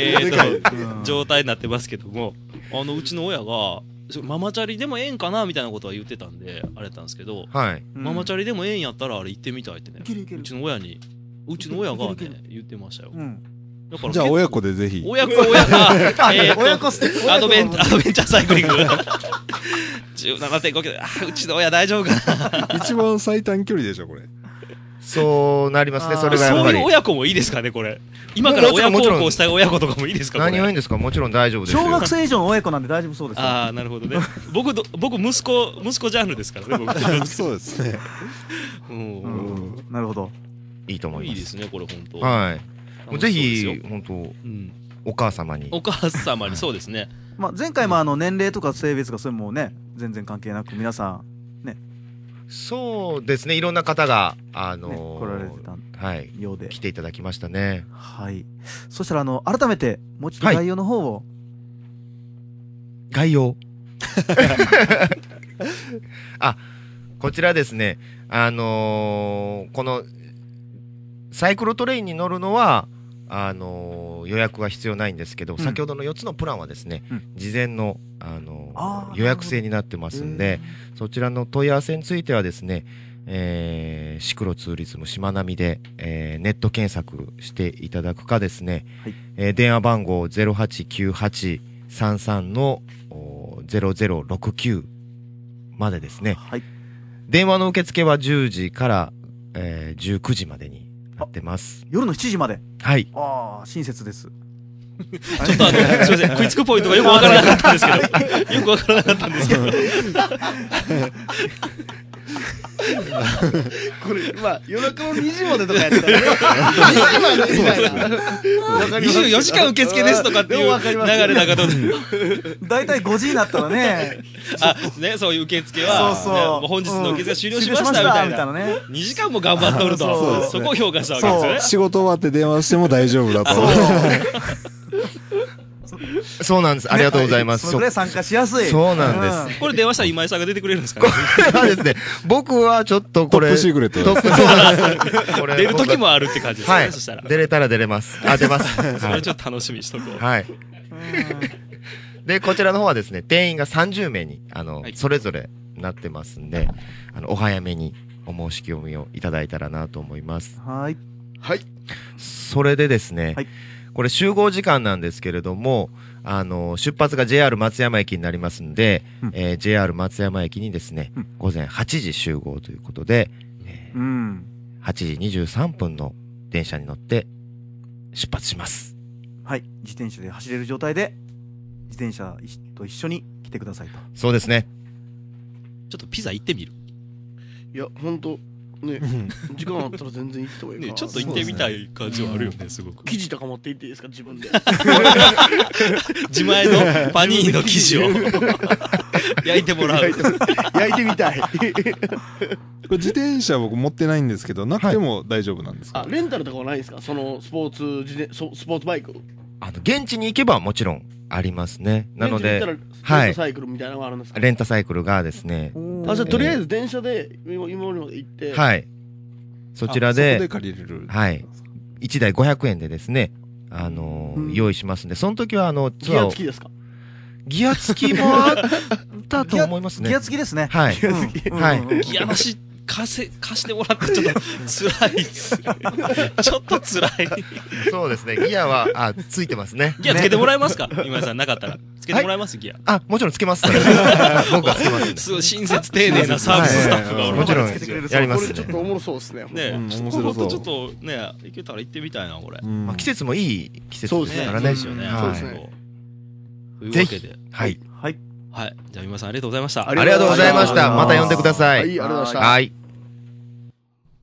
[SPEAKER 2] えーと
[SPEAKER 3] うん
[SPEAKER 2] 状態になってますけどもあのうちの親がそママチャリでもええんかなみたいなことは言ってたんであれやったんですけど、
[SPEAKER 6] はい。
[SPEAKER 2] ママチ
[SPEAKER 3] ゃ
[SPEAKER 2] ャリでもええんやったらあれ行ってみたいってね
[SPEAKER 5] いけるいける
[SPEAKER 2] うちの親にうちの親が
[SPEAKER 5] いけるいけ
[SPEAKER 2] ね言ってましたよ
[SPEAKER 3] うん。
[SPEAKER 2] だから
[SPEAKER 4] じゃあ
[SPEAKER 2] 結構
[SPEAKER 4] 親子でぜひ。
[SPEAKER 2] 親子親
[SPEAKER 5] (laughs)
[SPEAKER 2] がえーと
[SPEAKER 3] 親子ステップ。
[SPEAKER 2] アドベンアドベンチャーサイクリング17.5キロあーうちの親大丈夫かな
[SPEAKER 4] 一番最短距離でしょ、これ。
[SPEAKER 6] そうなりますね、
[SPEAKER 3] あー
[SPEAKER 6] それがやっ
[SPEAKER 2] そ
[SPEAKER 6] ぱ
[SPEAKER 2] うい
[SPEAKER 6] り
[SPEAKER 2] う。親子もいいですかねこれ今から親
[SPEAKER 6] も
[SPEAKER 2] 孝
[SPEAKER 6] ちろん
[SPEAKER 2] 行したい親子とかもいいですかこ
[SPEAKER 6] 何
[SPEAKER 2] れ
[SPEAKER 6] をいいんですかもちろん大丈夫ですよ。
[SPEAKER 3] 小学生以上の親子なんで大丈夫そうですよ。
[SPEAKER 2] ああなるほどね僕ど僕息子息子ジャンルですからね僕
[SPEAKER 4] (laughs) そうですね。
[SPEAKER 2] うん
[SPEAKER 3] う、んなるほど。
[SPEAKER 6] いいと思い
[SPEAKER 2] いい
[SPEAKER 6] ま。
[SPEAKER 2] ですすねこれ本当
[SPEAKER 6] はい。もう
[SPEAKER 2] 楽
[SPEAKER 6] ぜ
[SPEAKER 2] しそうです
[SPEAKER 6] ひ
[SPEAKER 2] よ、
[SPEAKER 6] 本当
[SPEAKER 2] うん、
[SPEAKER 6] お母様に。
[SPEAKER 2] お母様にそうですね
[SPEAKER 3] まあ前回もあの年齢とか性別がそれもね全然関係なく皆さん
[SPEAKER 6] そうですね、いろんな方が、あの
[SPEAKER 3] ね
[SPEAKER 6] ー
[SPEAKER 3] 来られてた
[SPEAKER 6] はい、
[SPEAKER 3] ようで
[SPEAKER 6] 来。ていただきましたね。
[SPEAKER 3] はい。そしたらあの改めてもうちょっと
[SPEAKER 6] はい
[SPEAKER 3] 概要の方を
[SPEAKER 6] 概要。 (laughs) あ、こちらですね、あのーこの、サイクロトレインに乗るのは、あのー予約は必要ないんですけど、
[SPEAKER 3] ん
[SPEAKER 6] 先ほどの4つのプランはですね、
[SPEAKER 3] うん
[SPEAKER 6] 事前の、あのー
[SPEAKER 3] あー
[SPEAKER 6] 予約制になってますんで、そちらの問い合わせについてはですね、えーシクロツーリズムしまなみで、えーネット検索していただくかですね、
[SPEAKER 3] はい
[SPEAKER 6] えー電話番号089833のおー0069までですね、
[SPEAKER 3] はい。
[SPEAKER 6] 電話の受付は10時から、えー19時までになってます。
[SPEAKER 3] 夜の7時まで。
[SPEAKER 6] はい。
[SPEAKER 3] ああ親切です。
[SPEAKER 2] ちょっとあの、すみません、食いつくポイントがよくわからなかったんですけど、よくわからなかったんですけど、
[SPEAKER 1] (laughs) これまあ夜中の2時までとかやってたらね2時までみたいなわかります
[SPEAKER 2] 24時間受付ですとかってい
[SPEAKER 1] でも
[SPEAKER 2] う
[SPEAKER 1] わかり
[SPEAKER 2] 流
[SPEAKER 1] ます
[SPEAKER 2] れなかった
[SPEAKER 3] 大体5時になったら
[SPEAKER 2] (laughs)
[SPEAKER 3] ね。
[SPEAKER 2] あ、ね、そういう受付
[SPEAKER 3] そ
[SPEAKER 2] は、
[SPEAKER 3] う
[SPEAKER 2] ね
[SPEAKER 3] そう
[SPEAKER 2] もう本日の受付は終了しましたみたいな。
[SPEAKER 3] なね。
[SPEAKER 2] 2時間も頑張っとる
[SPEAKER 3] あそう
[SPEAKER 2] と、
[SPEAKER 3] です
[SPEAKER 2] そ
[SPEAKER 3] ね
[SPEAKER 2] こを評価したわけです
[SPEAKER 4] 仕事終わって電話しても大丈夫だと。
[SPEAKER 6] そうなん (laughs) です。ありがとうございます。
[SPEAKER 3] ねそれぐらい参加しやすい。
[SPEAKER 6] そうなんで (laughs)
[SPEAKER 2] よね。これ電話したら今井さんが出てくれるんですかね。
[SPEAKER 6] す。これはですね、僕はちょっと
[SPEAKER 4] ト
[SPEAKER 6] こ
[SPEAKER 4] ッ
[SPEAKER 6] れ、
[SPEAKER 4] プシークレット
[SPEAKER 6] ト
[SPEAKER 4] だ
[SPEAKER 6] ップそうなん
[SPEAKER 4] (laughs)
[SPEAKER 6] です。これ
[SPEAKER 2] 出る時もあるって感じです
[SPEAKER 6] は
[SPEAKER 2] ね、
[SPEAKER 6] い
[SPEAKER 2] そしたら。。
[SPEAKER 6] 出れたら出れます。あ、出ます。
[SPEAKER 2] (laughs) そ
[SPEAKER 6] は
[SPEAKER 2] れ
[SPEAKER 6] い
[SPEAKER 2] ちょっと楽しみにしとこう。
[SPEAKER 6] はい。
[SPEAKER 3] う
[SPEAKER 6] で、こちらの方はですね、定員が30名に、あの、
[SPEAKER 2] はい
[SPEAKER 6] それぞれなってますんで、あの、お早めにお申し込みをいただいたらなと思います。
[SPEAKER 3] ん。はい。
[SPEAKER 6] それでですね、
[SPEAKER 3] はい
[SPEAKER 6] これ集合時間なんですけれども、あの、出発が JR 松山駅になりますんで、
[SPEAKER 3] うん
[SPEAKER 6] えー JR 松山駅にですね、
[SPEAKER 3] うん
[SPEAKER 6] 午前8時集合ということで、え
[SPEAKER 3] うん。
[SPEAKER 6] ー8時23分の電車に乗って出発します。
[SPEAKER 3] はい。自転車で走れる状態で、自転車と一緒に来てくださいと。
[SPEAKER 6] そうですね。
[SPEAKER 2] ちょっとピザ行ってみる。
[SPEAKER 1] いやほんとね
[SPEAKER 4] うん
[SPEAKER 1] 時間あったら全然行った方がいいか
[SPEAKER 2] ね、
[SPEAKER 1] な
[SPEAKER 2] ちょっと行ってみたい感じはあるよね、すごく。
[SPEAKER 1] 記事とか持って行っていいですか自分で
[SPEAKER 2] 自前のパニーニの生地を焼いてもらう。
[SPEAKER 1] (laughs) 焼いてみたい
[SPEAKER 4] これ自転車僕持ってないんですけど、なくても大丈夫なんですか、
[SPEAKER 1] あレンタルとかはないですかそのスポーツ自転そスポーツバイク
[SPEAKER 6] あの、現地に行けばもちろんありますね。なの
[SPEAKER 1] レンタル
[SPEAKER 6] で、
[SPEAKER 1] 行ったら
[SPEAKER 6] はい
[SPEAKER 1] レンタサイクルみたいなのがあるんですか
[SPEAKER 6] レンタサイクルがですね、
[SPEAKER 1] あじゃあとりあえ
[SPEAKER 6] え
[SPEAKER 1] ず電車で今今まで行って
[SPEAKER 6] はい。そちら
[SPEAKER 4] あそこ
[SPEAKER 6] で
[SPEAKER 4] で、借りれる。
[SPEAKER 6] はい。1台500円でですね、あのー
[SPEAKER 1] うん
[SPEAKER 6] 用意しますんで、その時はあの、ツ
[SPEAKER 1] ギ
[SPEAKER 6] ア
[SPEAKER 1] ア
[SPEAKER 6] ーを
[SPEAKER 1] 付きですか
[SPEAKER 6] ギア付きもあったと思いますね。
[SPEAKER 3] ギア付きですね。
[SPEAKER 6] はい。
[SPEAKER 3] うんうん
[SPEAKER 6] はい
[SPEAKER 3] うん
[SPEAKER 2] ギアなし貸せ貸してもらってちょっと辛いっすねちょっと辛い
[SPEAKER 6] そうですね。ギアは、あ、ついてますね。
[SPEAKER 2] ギアつけてもらえますか今井さんなかったらつけてもらえます、ギア
[SPEAKER 6] あ、もちろんつけます。それ僕はつけますんで。
[SPEAKER 2] すごい親切丁寧なサービススタッフがおる
[SPEAKER 6] もちろん、
[SPEAKER 3] つけてくれる
[SPEAKER 6] やりま
[SPEAKER 1] こ
[SPEAKER 6] す
[SPEAKER 1] れちょっ
[SPEAKER 6] ん
[SPEAKER 1] と
[SPEAKER 6] で。
[SPEAKER 1] おもろそうですね
[SPEAKER 2] ねえ、
[SPEAKER 4] うん
[SPEAKER 2] ちょっ
[SPEAKER 4] 面
[SPEAKER 2] と
[SPEAKER 4] 白そう
[SPEAKER 2] ちょっとね行けたら行ってみたいなこれ、
[SPEAKER 4] うん
[SPEAKER 6] まあ、季節もいい季節ですから
[SPEAKER 2] そ
[SPEAKER 6] ね。
[SPEAKER 2] うですよね、
[SPEAKER 6] はい
[SPEAKER 1] そうですね
[SPEAKER 2] というわけで
[SPEAKER 6] はい。
[SPEAKER 3] はい。
[SPEAKER 2] はいじゃあ皆さんありがとうございました
[SPEAKER 1] あ
[SPEAKER 6] ありがとうございまし
[SPEAKER 1] ありが
[SPEAKER 6] た。
[SPEAKER 1] とうございます
[SPEAKER 6] また呼んでくださ
[SPEAKER 1] はい、あ
[SPEAKER 6] い。
[SPEAKER 1] りがとうございました
[SPEAKER 6] はい。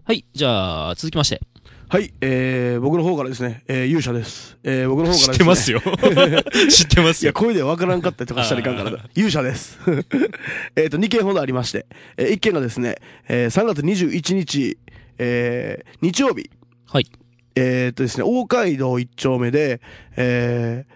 [SPEAKER 2] はいじゃあ続きまして
[SPEAKER 1] はい、えー、僕の方からですね、えー、勇者です。えー、僕の方からです、ね、
[SPEAKER 2] 知ってますよ知ってます
[SPEAKER 1] いや、
[SPEAKER 2] よ
[SPEAKER 1] 声でわからんかったりとかしたらいかんからだ。勇者です。 (laughs) えっと、2件ほどありまして、えー、1件がですね、えー、3月21日、えー、日曜日。
[SPEAKER 2] はい。
[SPEAKER 1] えっとですね、大街道1丁目で、えー、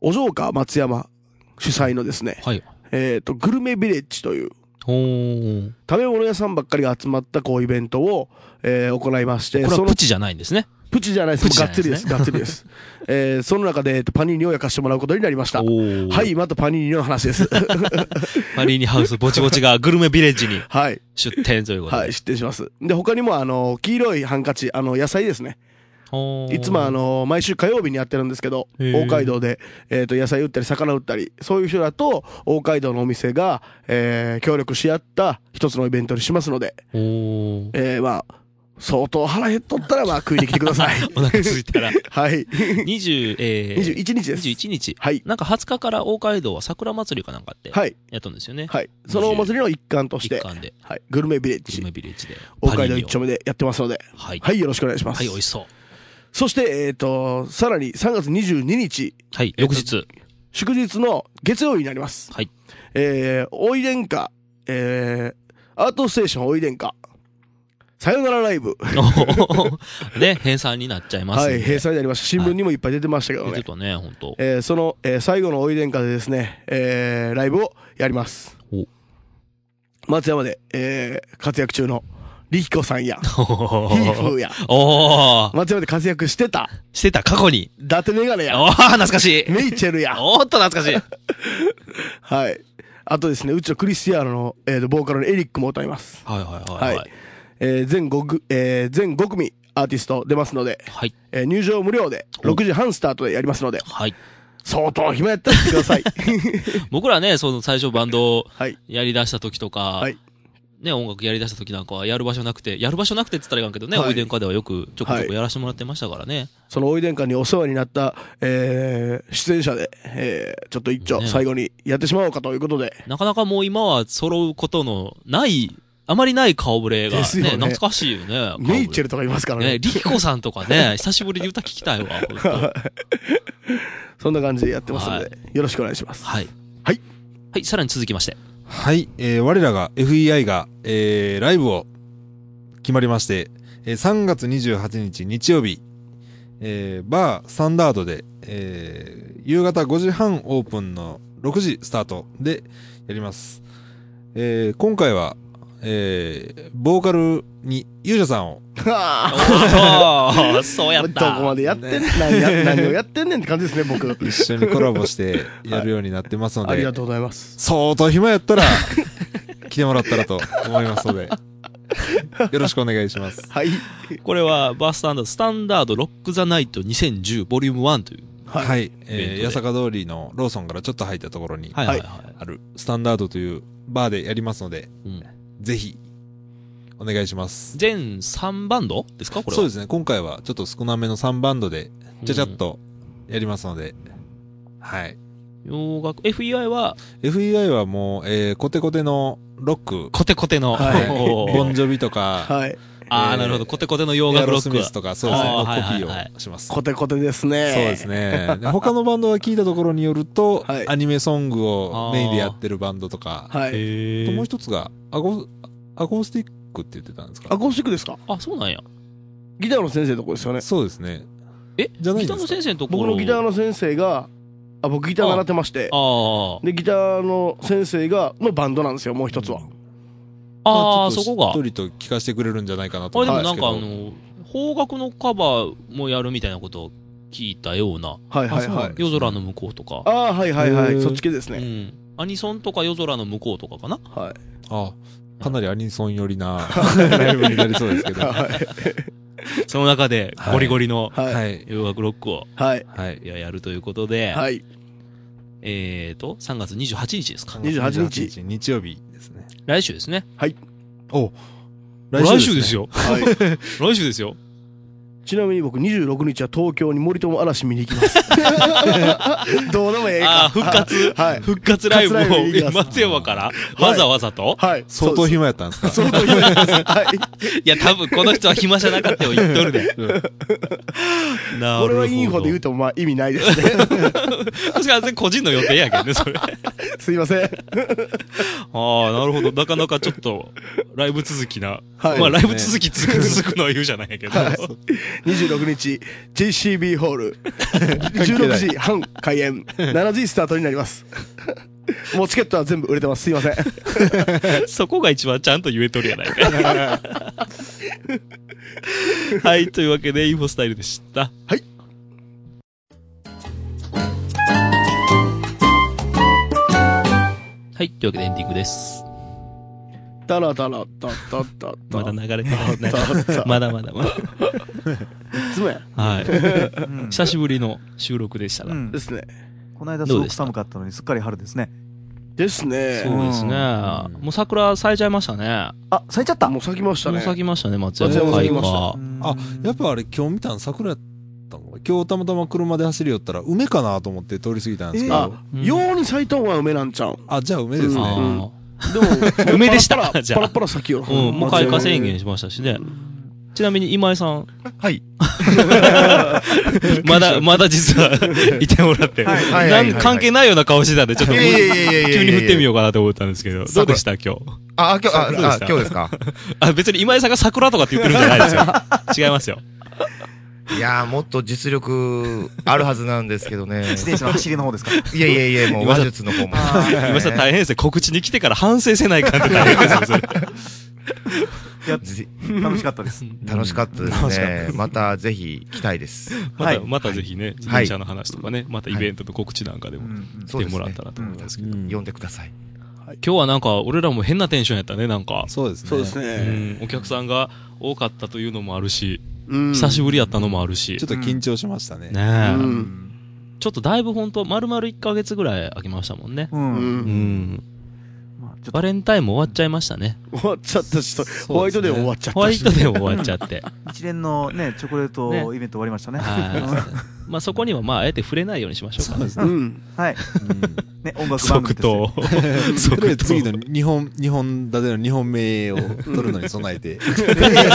[SPEAKER 1] お嬢か松山主催のですね、
[SPEAKER 2] はい
[SPEAKER 1] えっと、グルメビレッジという、
[SPEAKER 2] ほー
[SPEAKER 1] 食べ物屋さんばっかりが集まったこうイベントを、えー行いまして
[SPEAKER 2] これ
[SPEAKER 1] そ
[SPEAKER 2] は
[SPEAKER 1] の
[SPEAKER 2] プチじゃないんですね。
[SPEAKER 1] プチじゃないです
[SPEAKER 2] プチじ
[SPEAKER 1] が
[SPEAKER 2] ゃ
[SPEAKER 1] っ
[SPEAKER 2] ない
[SPEAKER 1] つ
[SPEAKER 2] で
[SPEAKER 1] り
[SPEAKER 2] す
[SPEAKER 1] です
[SPEAKER 2] ね
[SPEAKER 1] がっつり
[SPEAKER 2] (laughs)
[SPEAKER 1] です、えーその中で、えっとパニーニを焼かしてもらうことになりましたは。
[SPEAKER 2] はい
[SPEAKER 1] またパニーニの話です
[SPEAKER 2] (laughs) マリーニハウスぼちぼちがグルメビレッジに
[SPEAKER 1] はい
[SPEAKER 2] 出店ということで。
[SPEAKER 1] はい、失礼します。で、他にも、あの、黄色いハンカチ、あの、野菜ですね。
[SPEAKER 2] ほー
[SPEAKER 1] いつも、あ、の、毎週火曜日にやってるんですけど、
[SPEAKER 2] へー
[SPEAKER 1] 大街道で、えっ、と、野菜売ったり、魚売ったり、そういう人らと、大街道のお店が、えー協力し合った一つのイベントにしますので、
[SPEAKER 2] ほー
[SPEAKER 1] えーまあ、相当腹減っとったら、まあ、食いに来てくださ
[SPEAKER 2] (laughs)
[SPEAKER 1] い。
[SPEAKER 2] お腹空い
[SPEAKER 1] (laughs)
[SPEAKER 2] たら、
[SPEAKER 1] はい。
[SPEAKER 2] 20、えー、
[SPEAKER 1] 21日です。
[SPEAKER 2] 21日。
[SPEAKER 1] はい。
[SPEAKER 2] なんか20日から大街道は桜祭りかなんかって
[SPEAKER 1] はい。
[SPEAKER 2] やったんですよね。
[SPEAKER 1] はい。そのお祭りの一環とし
[SPEAKER 2] 一
[SPEAKER 1] て、
[SPEAKER 2] 貫で、
[SPEAKER 1] はい。グルメビレッ
[SPEAKER 2] グルメ
[SPEAKER 1] ジ、
[SPEAKER 2] ビレッジで。
[SPEAKER 1] 大街道一丁
[SPEAKER 2] 目。
[SPEAKER 1] 目でやってますので、
[SPEAKER 2] はい。は
[SPEAKER 1] はい、よろしくお願いします。
[SPEAKER 2] い、美味しそう。
[SPEAKER 1] そして、えっ、と、さらに3月22日、
[SPEAKER 2] はい、翌日。
[SPEAKER 1] 祝日の月曜日になります。
[SPEAKER 2] はい。
[SPEAKER 1] えー、おいでんか、えー、アートステーションおいでんか、さよならライブ。
[SPEAKER 2] (laughs) ね、編纂になっちゃいますん
[SPEAKER 1] は
[SPEAKER 2] で。
[SPEAKER 1] い、閉鎖になりました。新聞にもいっぱい出てましたけど
[SPEAKER 2] ちょっ
[SPEAKER 1] ね。
[SPEAKER 2] とね、本当。
[SPEAKER 1] えー、その、えー最後のおいでんかでですね、えー、ライブをやります
[SPEAKER 2] お。
[SPEAKER 1] 松山で、えー、活躍中の、りひこさん
[SPEAKER 2] (laughs)
[SPEAKER 1] や、ひーふーや、
[SPEAKER 2] おー
[SPEAKER 1] 松山で活躍してた、
[SPEAKER 2] してた過去に。
[SPEAKER 1] 伊達メガネや、
[SPEAKER 2] おー懐かしい。
[SPEAKER 1] メイチェルや、
[SPEAKER 2] おーっと懐かしい。
[SPEAKER 1] はい。あとですね、うちのクリスティアーノの、えーとボーカルのエリックも歌います。
[SPEAKER 2] はいはいはい
[SPEAKER 1] は
[SPEAKER 2] はいい。
[SPEAKER 1] えー全 5, ぐえー全5組アーティスト出ますので、
[SPEAKER 2] はい。
[SPEAKER 1] えー入場無料で
[SPEAKER 2] お
[SPEAKER 1] 6時半スタートでやりますので、
[SPEAKER 2] はい。
[SPEAKER 1] 相当暇やったら来てくださ
[SPEAKER 2] (laughs)
[SPEAKER 1] い。
[SPEAKER 2] 僕らね、その最初バンド
[SPEAKER 1] はい
[SPEAKER 2] やり出した時とか
[SPEAKER 1] はい、
[SPEAKER 2] ね、音楽やり出した時なんかはやる場所なくて、やる場所なくてって言ったらいかんけどね、
[SPEAKER 1] はい
[SPEAKER 2] おいでんかではよくちょこちょ
[SPEAKER 1] はい
[SPEAKER 2] こやらせてもらってましたからね。
[SPEAKER 1] そのおいでんかにお世話になった、えー出演者で、えーちょっと一丁
[SPEAKER 2] ね
[SPEAKER 1] 最後にやってしまおうかということで、
[SPEAKER 2] なかなかもう今は揃うことのない、あまりない顔ぶれが、
[SPEAKER 1] で
[SPEAKER 2] ね、
[SPEAKER 1] すよね
[SPEAKER 2] 懐かしいよね。
[SPEAKER 1] メイチェ
[SPEAKER 2] ル。
[SPEAKER 1] ルとかいますからね
[SPEAKER 2] ね、。リキコさんとかね、久しぶりに歌聞きたいわ、ほんと
[SPEAKER 1] (laughs) そんな感じでやってますので、
[SPEAKER 2] は
[SPEAKER 1] よろしくお願いします。
[SPEAKER 2] はい。
[SPEAKER 1] はい。
[SPEAKER 2] はい、さらに続きまして。
[SPEAKER 4] はい、えー我らが FEI が、えーライブを決まりまして、えー3月28日日曜日、えーバースタンダードで、えー夕方5時半オープンの6時スタートでやります。えー今回は、えーボーカルに勇者さんを、
[SPEAKER 1] はあ
[SPEAKER 2] おお、そうや
[SPEAKER 1] ど
[SPEAKER 2] っ
[SPEAKER 1] こま
[SPEAKER 2] た。
[SPEAKER 1] でやってん、何や (laughs) 何をやってんねんって感じですね、僕。
[SPEAKER 4] 一緒にコラボしてやるようになってますの
[SPEAKER 1] あり
[SPEAKER 4] で、
[SPEAKER 1] がとうございます。
[SPEAKER 4] 相当暇やったら、来てもらったらと思いますので、よろしくお願いします。
[SPEAKER 1] はい。
[SPEAKER 2] これは、バースタンダード、スタンダードロックザナイト2010ボリューム1という。
[SPEAKER 1] は
[SPEAKER 4] はいい、
[SPEAKER 2] イベン
[SPEAKER 4] え
[SPEAKER 2] ト
[SPEAKER 4] ー、
[SPEAKER 2] で
[SPEAKER 4] 八坂通りのローソンからちょっと入ったところに
[SPEAKER 2] はい
[SPEAKER 1] は
[SPEAKER 2] はいい
[SPEAKER 1] は
[SPEAKER 2] はい。
[SPEAKER 4] あるスタンダードというバーでやりますので、
[SPEAKER 2] うん
[SPEAKER 4] ぜひお願いします
[SPEAKER 2] 全3バンドですかこれは。。
[SPEAKER 4] そうですすね今回はちょっと少なめの3バンドでちゃちゃっ。とやりますので、はい
[SPEAKER 2] 洋楽、FEI は、
[SPEAKER 4] FEI はもう、えー、コテコテのロック、
[SPEAKER 2] コテコテの。
[SPEAKER 1] はい
[SPEAKER 2] (laughs) おー
[SPEAKER 4] ボンジョビとか、
[SPEAKER 1] はい。
[SPEAKER 2] あ
[SPEAKER 4] え
[SPEAKER 2] あ、
[SPEAKER 4] ー
[SPEAKER 2] なるほど。コテコテの洋
[SPEAKER 4] エア
[SPEAKER 2] 楽ロ
[SPEAKER 4] ロ
[SPEAKER 2] ッ
[SPEAKER 4] ス
[SPEAKER 2] ク
[SPEAKER 4] ミ
[SPEAKER 2] は
[SPEAKER 4] ス。とか、そうですね、
[SPEAKER 2] あ
[SPEAKER 4] の
[SPEAKER 2] ー
[SPEAKER 4] コ
[SPEAKER 2] はいはい
[SPEAKER 4] ピ
[SPEAKER 2] はい
[SPEAKER 4] ーをします。
[SPEAKER 1] コテコテですね。
[SPEAKER 4] そうですね。で他のバンドは聞いたところによると、
[SPEAKER 1] はい
[SPEAKER 4] アニメソングをメインでやってるバンドとか、
[SPEAKER 1] はい。
[SPEAKER 2] へ
[SPEAKER 4] ともう
[SPEAKER 2] ー
[SPEAKER 4] 一つがアゴアゴースティックって言ってたんですか
[SPEAKER 1] アコースティックですか
[SPEAKER 2] あ、そうなんや。
[SPEAKER 1] ギターの先生のとこですよね。
[SPEAKER 4] そうですね
[SPEAKER 2] え
[SPEAKER 4] じゃないん
[SPEAKER 2] ギタ
[SPEAKER 4] ですか
[SPEAKER 2] ーの先生のところ
[SPEAKER 1] 僕のギター
[SPEAKER 2] の。
[SPEAKER 1] の先生が、あ、僕ギター習ってまして、
[SPEAKER 2] あ
[SPEAKER 1] で、ギターの先生が、のバンドなんですよ、もう一つは。
[SPEAKER 2] あ。ああ、
[SPEAKER 4] ま
[SPEAKER 2] そ
[SPEAKER 4] ちょっ
[SPEAKER 2] こが
[SPEAKER 4] と。しっとりと聞かせてくれるんじゃないかなと
[SPEAKER 2] あ、
[SPEAKER 4] 思
[SPEAKER 2] で
[SPEAKER 4] う
[SPEAKER 2] も
[SPEAKER 4] んで
[SPEAKER 2] な
[SPEAKER 4] す
[SPEAKER 2] ん
[SPEAKER 4] け
[SPEAKER 2] か
[SPEAKER 4] ど
[SPEAKER 2] あの、邦楽のカバーもやるみたいなことを聞いたような。
[SPEAKER 1] はいはい
[SPEAKER 4] あそう
[SPEAKER 1] は
[SPEAKER 4] ないんだ。
[SPEAKER 2] 夜空の向こうとか。
[SPEAKER 1] ああ、はいはいは
[SPEAKER 4] へ
[SPEAKER 1] い。
[SPEAKER 4] ー
[SPEAKER 1] そっち系です
[SPEAKER 2] う
[SPEAKER 1] ね。
[SPEAKER 2] ん。アニソンとか夜空の向こうとかかな
[SPEAKER 1] はい。
[SPEAKER 4] あかなりアニソン寄り (laughs) なライブになりそうですけどは
[SPEAKER 1] はい。
[SPEAKER 2] その中で、ゴリゴリの
[SPEAKER 1] はい。
[SPEAKER 4] い
[SPEAKER 2] 洋楽ロックを
[SPEAKER 4] (laughs)
[SPEAKER 1] はい。
[SPEAKER 4] はい
[SPEAKER 2] いややるということで、
[SPEAKER 1] はい。
[SPEAKER 2] えーと、3月28日ですか。
[SPEAKER 1] 28日
[SPEAKER 4] 日日曜日ですね
[SPEAKER 2] 来週ですね。
[SPEAKER 4] お
[SPEAKER 1] はい
[SPEAKER 2] よ。
[SPEAKER 4] よ
[SPEAKER 2] 来週ですよ。
[SPEAKER 1] ちなみに僕26日は東京に森友嵐見に行きます。
[SPEAKER 4] (laughs)
[SPEAKER 1] どうでもええ
[SPEAKER 2] あ
[SPEAKER 1] か
[SPEAKER 2] あ、。復活、
[SPEAKER 1] はい。
[SPEAKER 2] 復活ライブを
[SPEAKER 1] 復活ライブいきます
[SPEAKER 2] 松山からわざわざと、
[SPEAKER 1] はい。
[SPEAKER 4] 相当暇やったんですか
[SPEAKER 1] そうです。相当暇です。
[SPEAKER 2] (laughs)
[SPEAKER 1] はい。
[SPEAKER 2] い、や、多分この人は暇じゃなかったよ、言っと
[SPEAKER 1] (laughs)
[SPEAKER 2] るで。
[SPEAKER 4] うん
[SPEAKER 2] な
[SPEAKER 1] これはインフォで言うとまあ意味ないですね。 (laughs)
[SPEAKER 2] 確かに個人の予定やけどね、それ。あ
[SPEAKER 1] すいません。
[SPEAKER 2] あ、なるほど。なかなかちょっと、ライブ続きな。
[SPEAKER 1] はい
[SPEAKER 2] まあ、ライブ続き続く続くのは言うじゃないけど。
[SPEAKER 1] 26日 JCB ホール16時半開演7時スタートになります (laughs) もうチケットは全部売れてます。すいません。
[SPEAKER 2] (laughs) そこが一番ちゃんと言えとるやないか。はい、というわけで、インフォスタイルでした。はい、というわけでエンディングです。
[SPEAKER 1] タラタラタタタ
[SPEAKER 2] まだ
[SPEAKER 1] タ。
[SPEAKER 2] 流れてない。なんか
[SPEAKER 1] タタ
[SPEAKER 2] まだまだまだ。
[SPEAKER 1] いつもや。
[SPEAKER 2] はい。
[SPEAKER 3] うん
[SPEAKER 2] 久しぶりの収録でしたが。
[SPEAKER 3] うん
[SPEAKER 1] ですね。
[SPEAKER 3] この間す
[SPEAKER 2] どう
[SPEAKER 3] ご
[SPEAKER 2] で
[SPEAKER 3] く
[SPEAKER 2] した
[SPEAKER 3] 寒かったのにすっかり春ですね。
[SPEAKER 1] です
[SPEAKER 2] そ
[SPEAKER 1] ね。
[SPEAKER 2] うですね。
[SPEAKER 4] うん
[SPEAKER 2] もう桜咲いちゃいましたね。
[SPEAKER 3] あ、咲いちゃった
[SPEAKER 1] もう咲きました
[SPEAKER 2] もう
[SPEAKER 1] ね。
[SPEAKER 2] 咲きましたね、松山
[SPEAKER 1] 松山
[SPEAKER 2] 開
[SPEAKER 1] 咲きました
[SPEAKER 2] 花。
[SPEAKER 4] あやっぱあれ今日見たの桜やったのかな今日たまたま車で走り寄ったら梅かなと思って通り過ぎたんですけど、
[SPEAKER 1] あ、ように咲いた方が梅なんちゃうん。
[SPEAKER 4] あじゃあ梅です
[SPEAKER 1] う
[SPEAKER 4] ね、
[SPEAKER 1] ん
[SPEAKER 2] あ
[SPEAKER 1] でも、
[SPEAKER 2] (laughs) 梅でした
[SPEAKER 1] パラパラ
[SPEAKER 2] じゃあ
[SPEAKER 1] パラパラ咲きよ
[SPEAKER 2] ー。うん、もう開花宣言しましたしね。ちなみに今井さん、
[SPEAKER 6] はい。
[SPEAKER 2] まだ、まだ実はいてもらって。
[SPEAKER 6] はいはいはいはい
[SPEAKER 2] なん関係ないような顔してたんで、ちょっ
[SPEAKER 6] い
[SPEAKER 2] と
[SPEAKER 6] やいやいやいや
[SPEAKER 2] 急に振ってみ
[SPEAKER 6] よう。
[SPEAKER 2] ようかなと思ったんですけど、どうでした今日。
[SPEAKER 6] あ、あ今日、あ、
[SPEAKER 2] そうでし
[SPEAKER 6] あ
[SPEAKER 2] た
[SPEAKER 6] 今日ですか。
[SPEAKER 2] あ、別に今井さんが桜とかって言ってるんじゃないですよ。違いますよ。
[SPEAKER 6] いやー、もっと実力あるはずなんですけどね。
[SPEAKER 3] 自転車の走りの方
[SPEAKER 6] (laughs)
[SPEAKER 3] ですか
[SPEAKER 6] いやいやいや、もう話術の方も。
[SPEAKER 2] 今井さん大変ですね。告知に来てから反省せない感じ大変ですよそれ。
[SPEAKER 6] ぜ
[SPEAKER 3] 楽しかったです。
[SPEAKER 6] 楽しかったで
[SPEAKER 4] 楽し
[SPEAKER 6] す
[SPEAKER 4] かったで
[SPEAKER 6] ね。またぜひ来たいです。
[SPEAKER 2] ま
[SPEAKER 3] は
[SPEAKER 2] た、
[SPEAKER 3] い
[SPEAKER 2] またぜひね、自転車の話とかね、またイベントの告知なんかで
[SPEAKER 3] う
[SPEAKER 2] も
[SPEAKER 3] ん
[SPEAKER 2] 来てもらったらと思いますけど。
[SPEAKER 4] うん
[SPEAKER 6] 呼んでください。
[SPEAKER 2] 今日はなんか、俺らも変なテンションやったね、なんか。
[SPEAKER 4] そうですね
[SPEAKER 1] そうです
[SPEAKER 2] う
[SPEAKER 1] ね。
[SPEAKER 2] ん、お客さんが多かったというのもあるし、
[SPEAKER 1] うん
[SPEAKER 2] 久しぶりやったのもあるし
[SPEAKER 4] ちょっ。と緊張しました
[SPEAKER 2] ね
[SPEAKER 4] ね、
[SPEAKER 1] う
[SPEAKER 2] え。
[SPEAKER 1] ん
[SPEAKER 3] うん
[SPEAKER 2] ちょっとだいぶほんと、丸々1ヶ月ぐらい空きましたもんね。
[SPEAKER 3] う。
[SPEAKER 1] うんん。
[SPEAKER 2] ん。
[SPEAKER 3] まあちょっと
[SPEAKER 2] バレンタインも終わっちゃいましたね。
[SPEAKER 1] 終わっちゃったし、ホワイトデーも終わっちゃったし。
[SPEAKER 2] ホワイトで終わっちゃって。
[SPEAKER 3] 一連のね、チョコレート
[SPEAKER 2] ね
[SPEAKER 3] イベント終わりましたね。
[SPEAKER 2] (laughs) はい。まあそこにはまあ、あえて触れないようにしましょうかね。
[SPEAKER 1] うん。
[SPEAKER 3] はい。ね、音楽番
[SPEAKER 2] 即
[SPEAKER 3] 組として
[SPEAKER 1] (laughs)
[SPEAKER 2] 答。
[SPEAKER 4] それ
[SPEAKER 2] 即
[SPEAKER 4] で次
[SPEAKER 2] 答。
[SPEAKER 4] の2本2本立ての2本目を取るのに備
[SPEAKER 1] (laughs)
[SPEAKER 4] え
[SPEAKER 3] え
[SPEAKER 4] て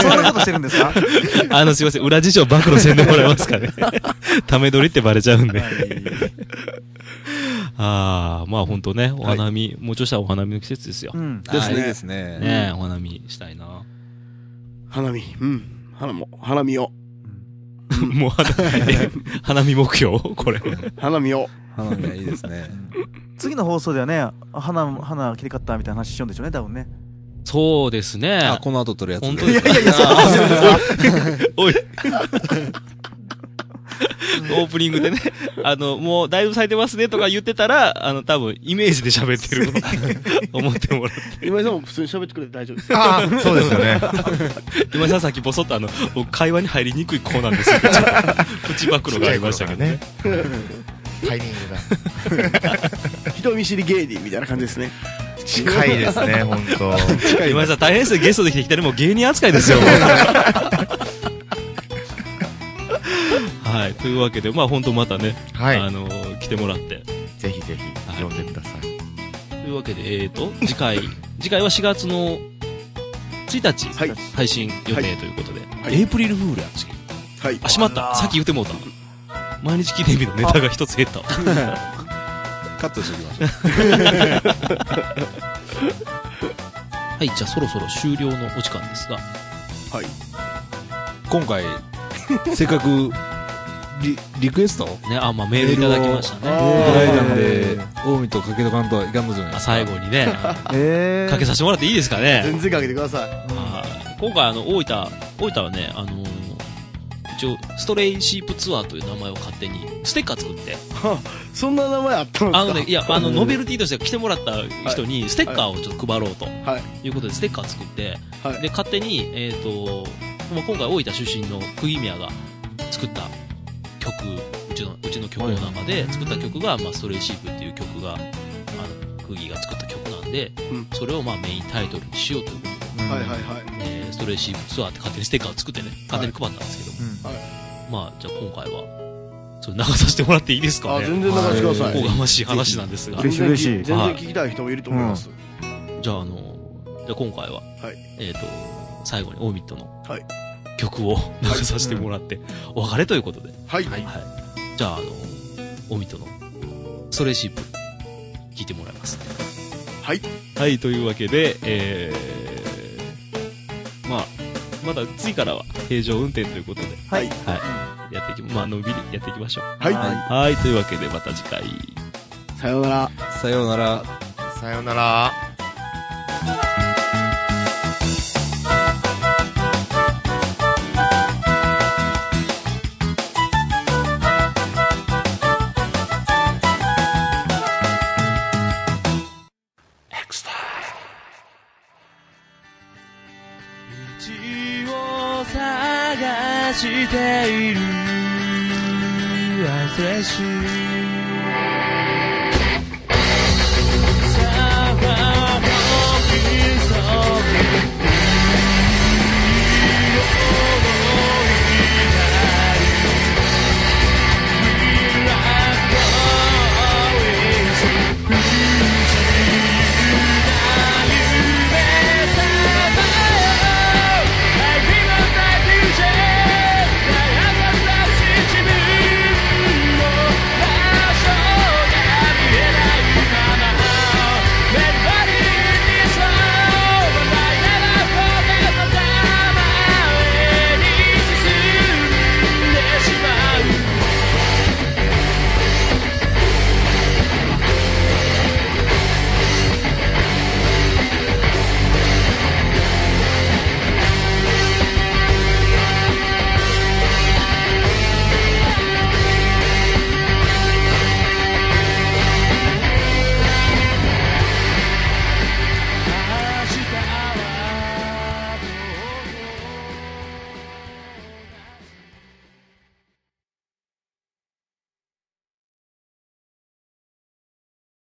[SPEAKER 3] そんなことしてるんですか
[SPEAKER 2] (laughs) あの、すいません。裏事情暴露せんでもらえますかね。 (laughs) ため撮りってバレちゃうんで。ああ、まあ本当ね、お花見、もうちょっとしたらお花見の季節ですよ
[SPEAKER 3] う。ん。
[SPEAKER 1] ですね
[SPEAKER 4] あいいですね
[SPEAKER 2] ねえ、お花見したいな。
[SPEAKER 1] 花見。うん。花も、花見を。
[SPEAKER 2] もう花 (laughs) 見、花見目標これ。
[SPEAKER 1] 花見を。
[SPEAKER 4] 花見はいいですね
[SPEAKER 3] 次の放送ではね、花、花切り買ったみたいな話しちゃうんでしょうね、多分ね。
[SPEAKER 2] そうですね。
[SPEAKER 4] あこの後取るやつ
[SPEAKER 2] 本当ですかおい。 (laughs) オープニングでね、あの、もうだいぶ咲いてますねとか言ってたら、あの、多分イメージで喋ってる (laughs) と思ってもらって。
[SPEAKER 1] 今井さんも普通に喋ってくれて大丈夫 (laughs) です。
[SPEAKER 6] ああ、そうですよね。
[SPEAKER 2] 今さんさっきボソッとあの、僕会話に入りにくい子なんです (laughs) よ。ちょっとプチ暴露がありましたけどね。
[SPEAKER 6] タイミングが
[SPEAKER 1] 人見知り芸人みたいな感じですね。
[SPEAKER 6] 近いですね、本当。
[SPEAKER 4] 近い
[SPEAKER 2] 今井さん大変ですねゲストで来ていきなりもう芸人扱いですよ (laughs) はいというわけでまあ本当またね、
[SPEAKER 6] は
[SPEAKER 2] あ
[SPEAKER 6] い。
[SPEAKER 2] のー来てもらって
[SPEAKER 6] ぜひぜひ呼んでください。
[SPEAKER 2] というわけでえー、と次回 (laughs) 次回は4月の1日、
[SPEAKER 1] はい
[SPEAKER 2] 配信予定ということで、
[SPEAKER 1] はい
[SPEAKER 2] エイプリルフールや次
[SPEAKER 1] はい
[SPEAKER 2] あ。しまったさっき言ってもうた毎日記念日のネタが一
[SPEAKER 1] (laughs)
[SPEAKER 2] つ減ったわ
[SPEAKER 4] (laughs) カットしておきましょう
[SPEAKER 2] はいじゃあそろそろ終了のお時間ですが
[SPEAKER 4] 今回せっかくリリクエスト
[SPEAKER 2] ねあまあメールいただきました
[SPEAKER 1] メール
[SPEAKER 2] ね
[SPEAKER 1] を
[SPEAKER 4] いた
[SPEAKER 3] えー
[SPEAKER 4] だいたんで近江とかけとかんとはいかんのじゃない
[SPEAKER 2] あ
[SPEAKER 4] ですか
[SPEAKER 2] 最後
[SPEAKER 1] (laughs)
[SPEAKER 2] にね
[SPEAKER 3] え
[SPEAKER 2] かけさせてもらっていいですかね
[SPEAKER 1] 全然かけてくださ
[SPEAKER 2] はい今回あの大分大分はね、あのー一応ストレイシープツアーという名前を勝手にステッカー作って
[SPEAKER 1] い。そんな名前あったんですか
[SPEAKER 2] あのねいやあの
[SPEAKER 1] うん
[SPEAKER 2] ノベルティとして来てもらった人にステッカーをちょっと配ろうと、、
[SPEAKER 1] はい
[SPEAKER 2] うことでステッカー作って
[SPEAKER 1] はい
[SPEAKER 2] で勝手に、えー、とまあ今回大分出身のクギミアが作った曲うちのうちの曲の中で作った曲が、まあ、ストレイシープっていう曲があのクギが作った曲なんで、
[SPEAKER 1] うん
[SPEAKER 2] それをまあメインタイトルにしようということで
[SPEAKER 1] はいはいはい。
[SPEAKER 2] えーストレイシーツアーって勝手にステッカーを作ってね、勝手に配ったんですけど、まあ、じゃあ今回は、それ流させてもらっていいですか
[SPEAKER 1] あ、
[SPEAKER 2] ね。
[SPEAKER 1] 全然流してくださ
[SPEAKER 2] お
[SPEAKER 1] い。
[SPEAKER 2] こがましい話なんですが、
[SPEAKER 3] ぜ
[SPEAKER 2] じ
[SPEAKER 3] ひ嬉しい
[SPEAKER 1] 全然聞きたい人もいると思います。
[SPEAKER 2] ゃああの、じゃあ今回は、
[SPEAKER 1] はい
[SPEAKER 2] えっ、と、最後にオーミットの
[SPEAKER 1] はい
[SPEAKER 2] 曲を (laughs) 流させてもらって、お別れということで、
[SPEAKER 1] はい。
[SPEAKER 2] はい。じゃああの、オーミットのストレイシープ、聞いてもらいます。
[SPEAKER 1] はい。
[SPEAKER 2] はい、というわけで、えー、まあ、まだ次からは平常運転ということで、
[SPEAKER 3] はい。
[SPEAKER 2] やっていき、まあ、のんびりやっていきましょう。
[SPEAKER 1] はい。
[SPEAKER 3] は
[SPEAKER 2] はい、というわけでまた次回。
[SPEAKER 1] さようなら。
[SPEAKER 4] ささようなら。
[SPEAKER 6] さよなら。
[SPEAKER 3] 道を探している I'm fresh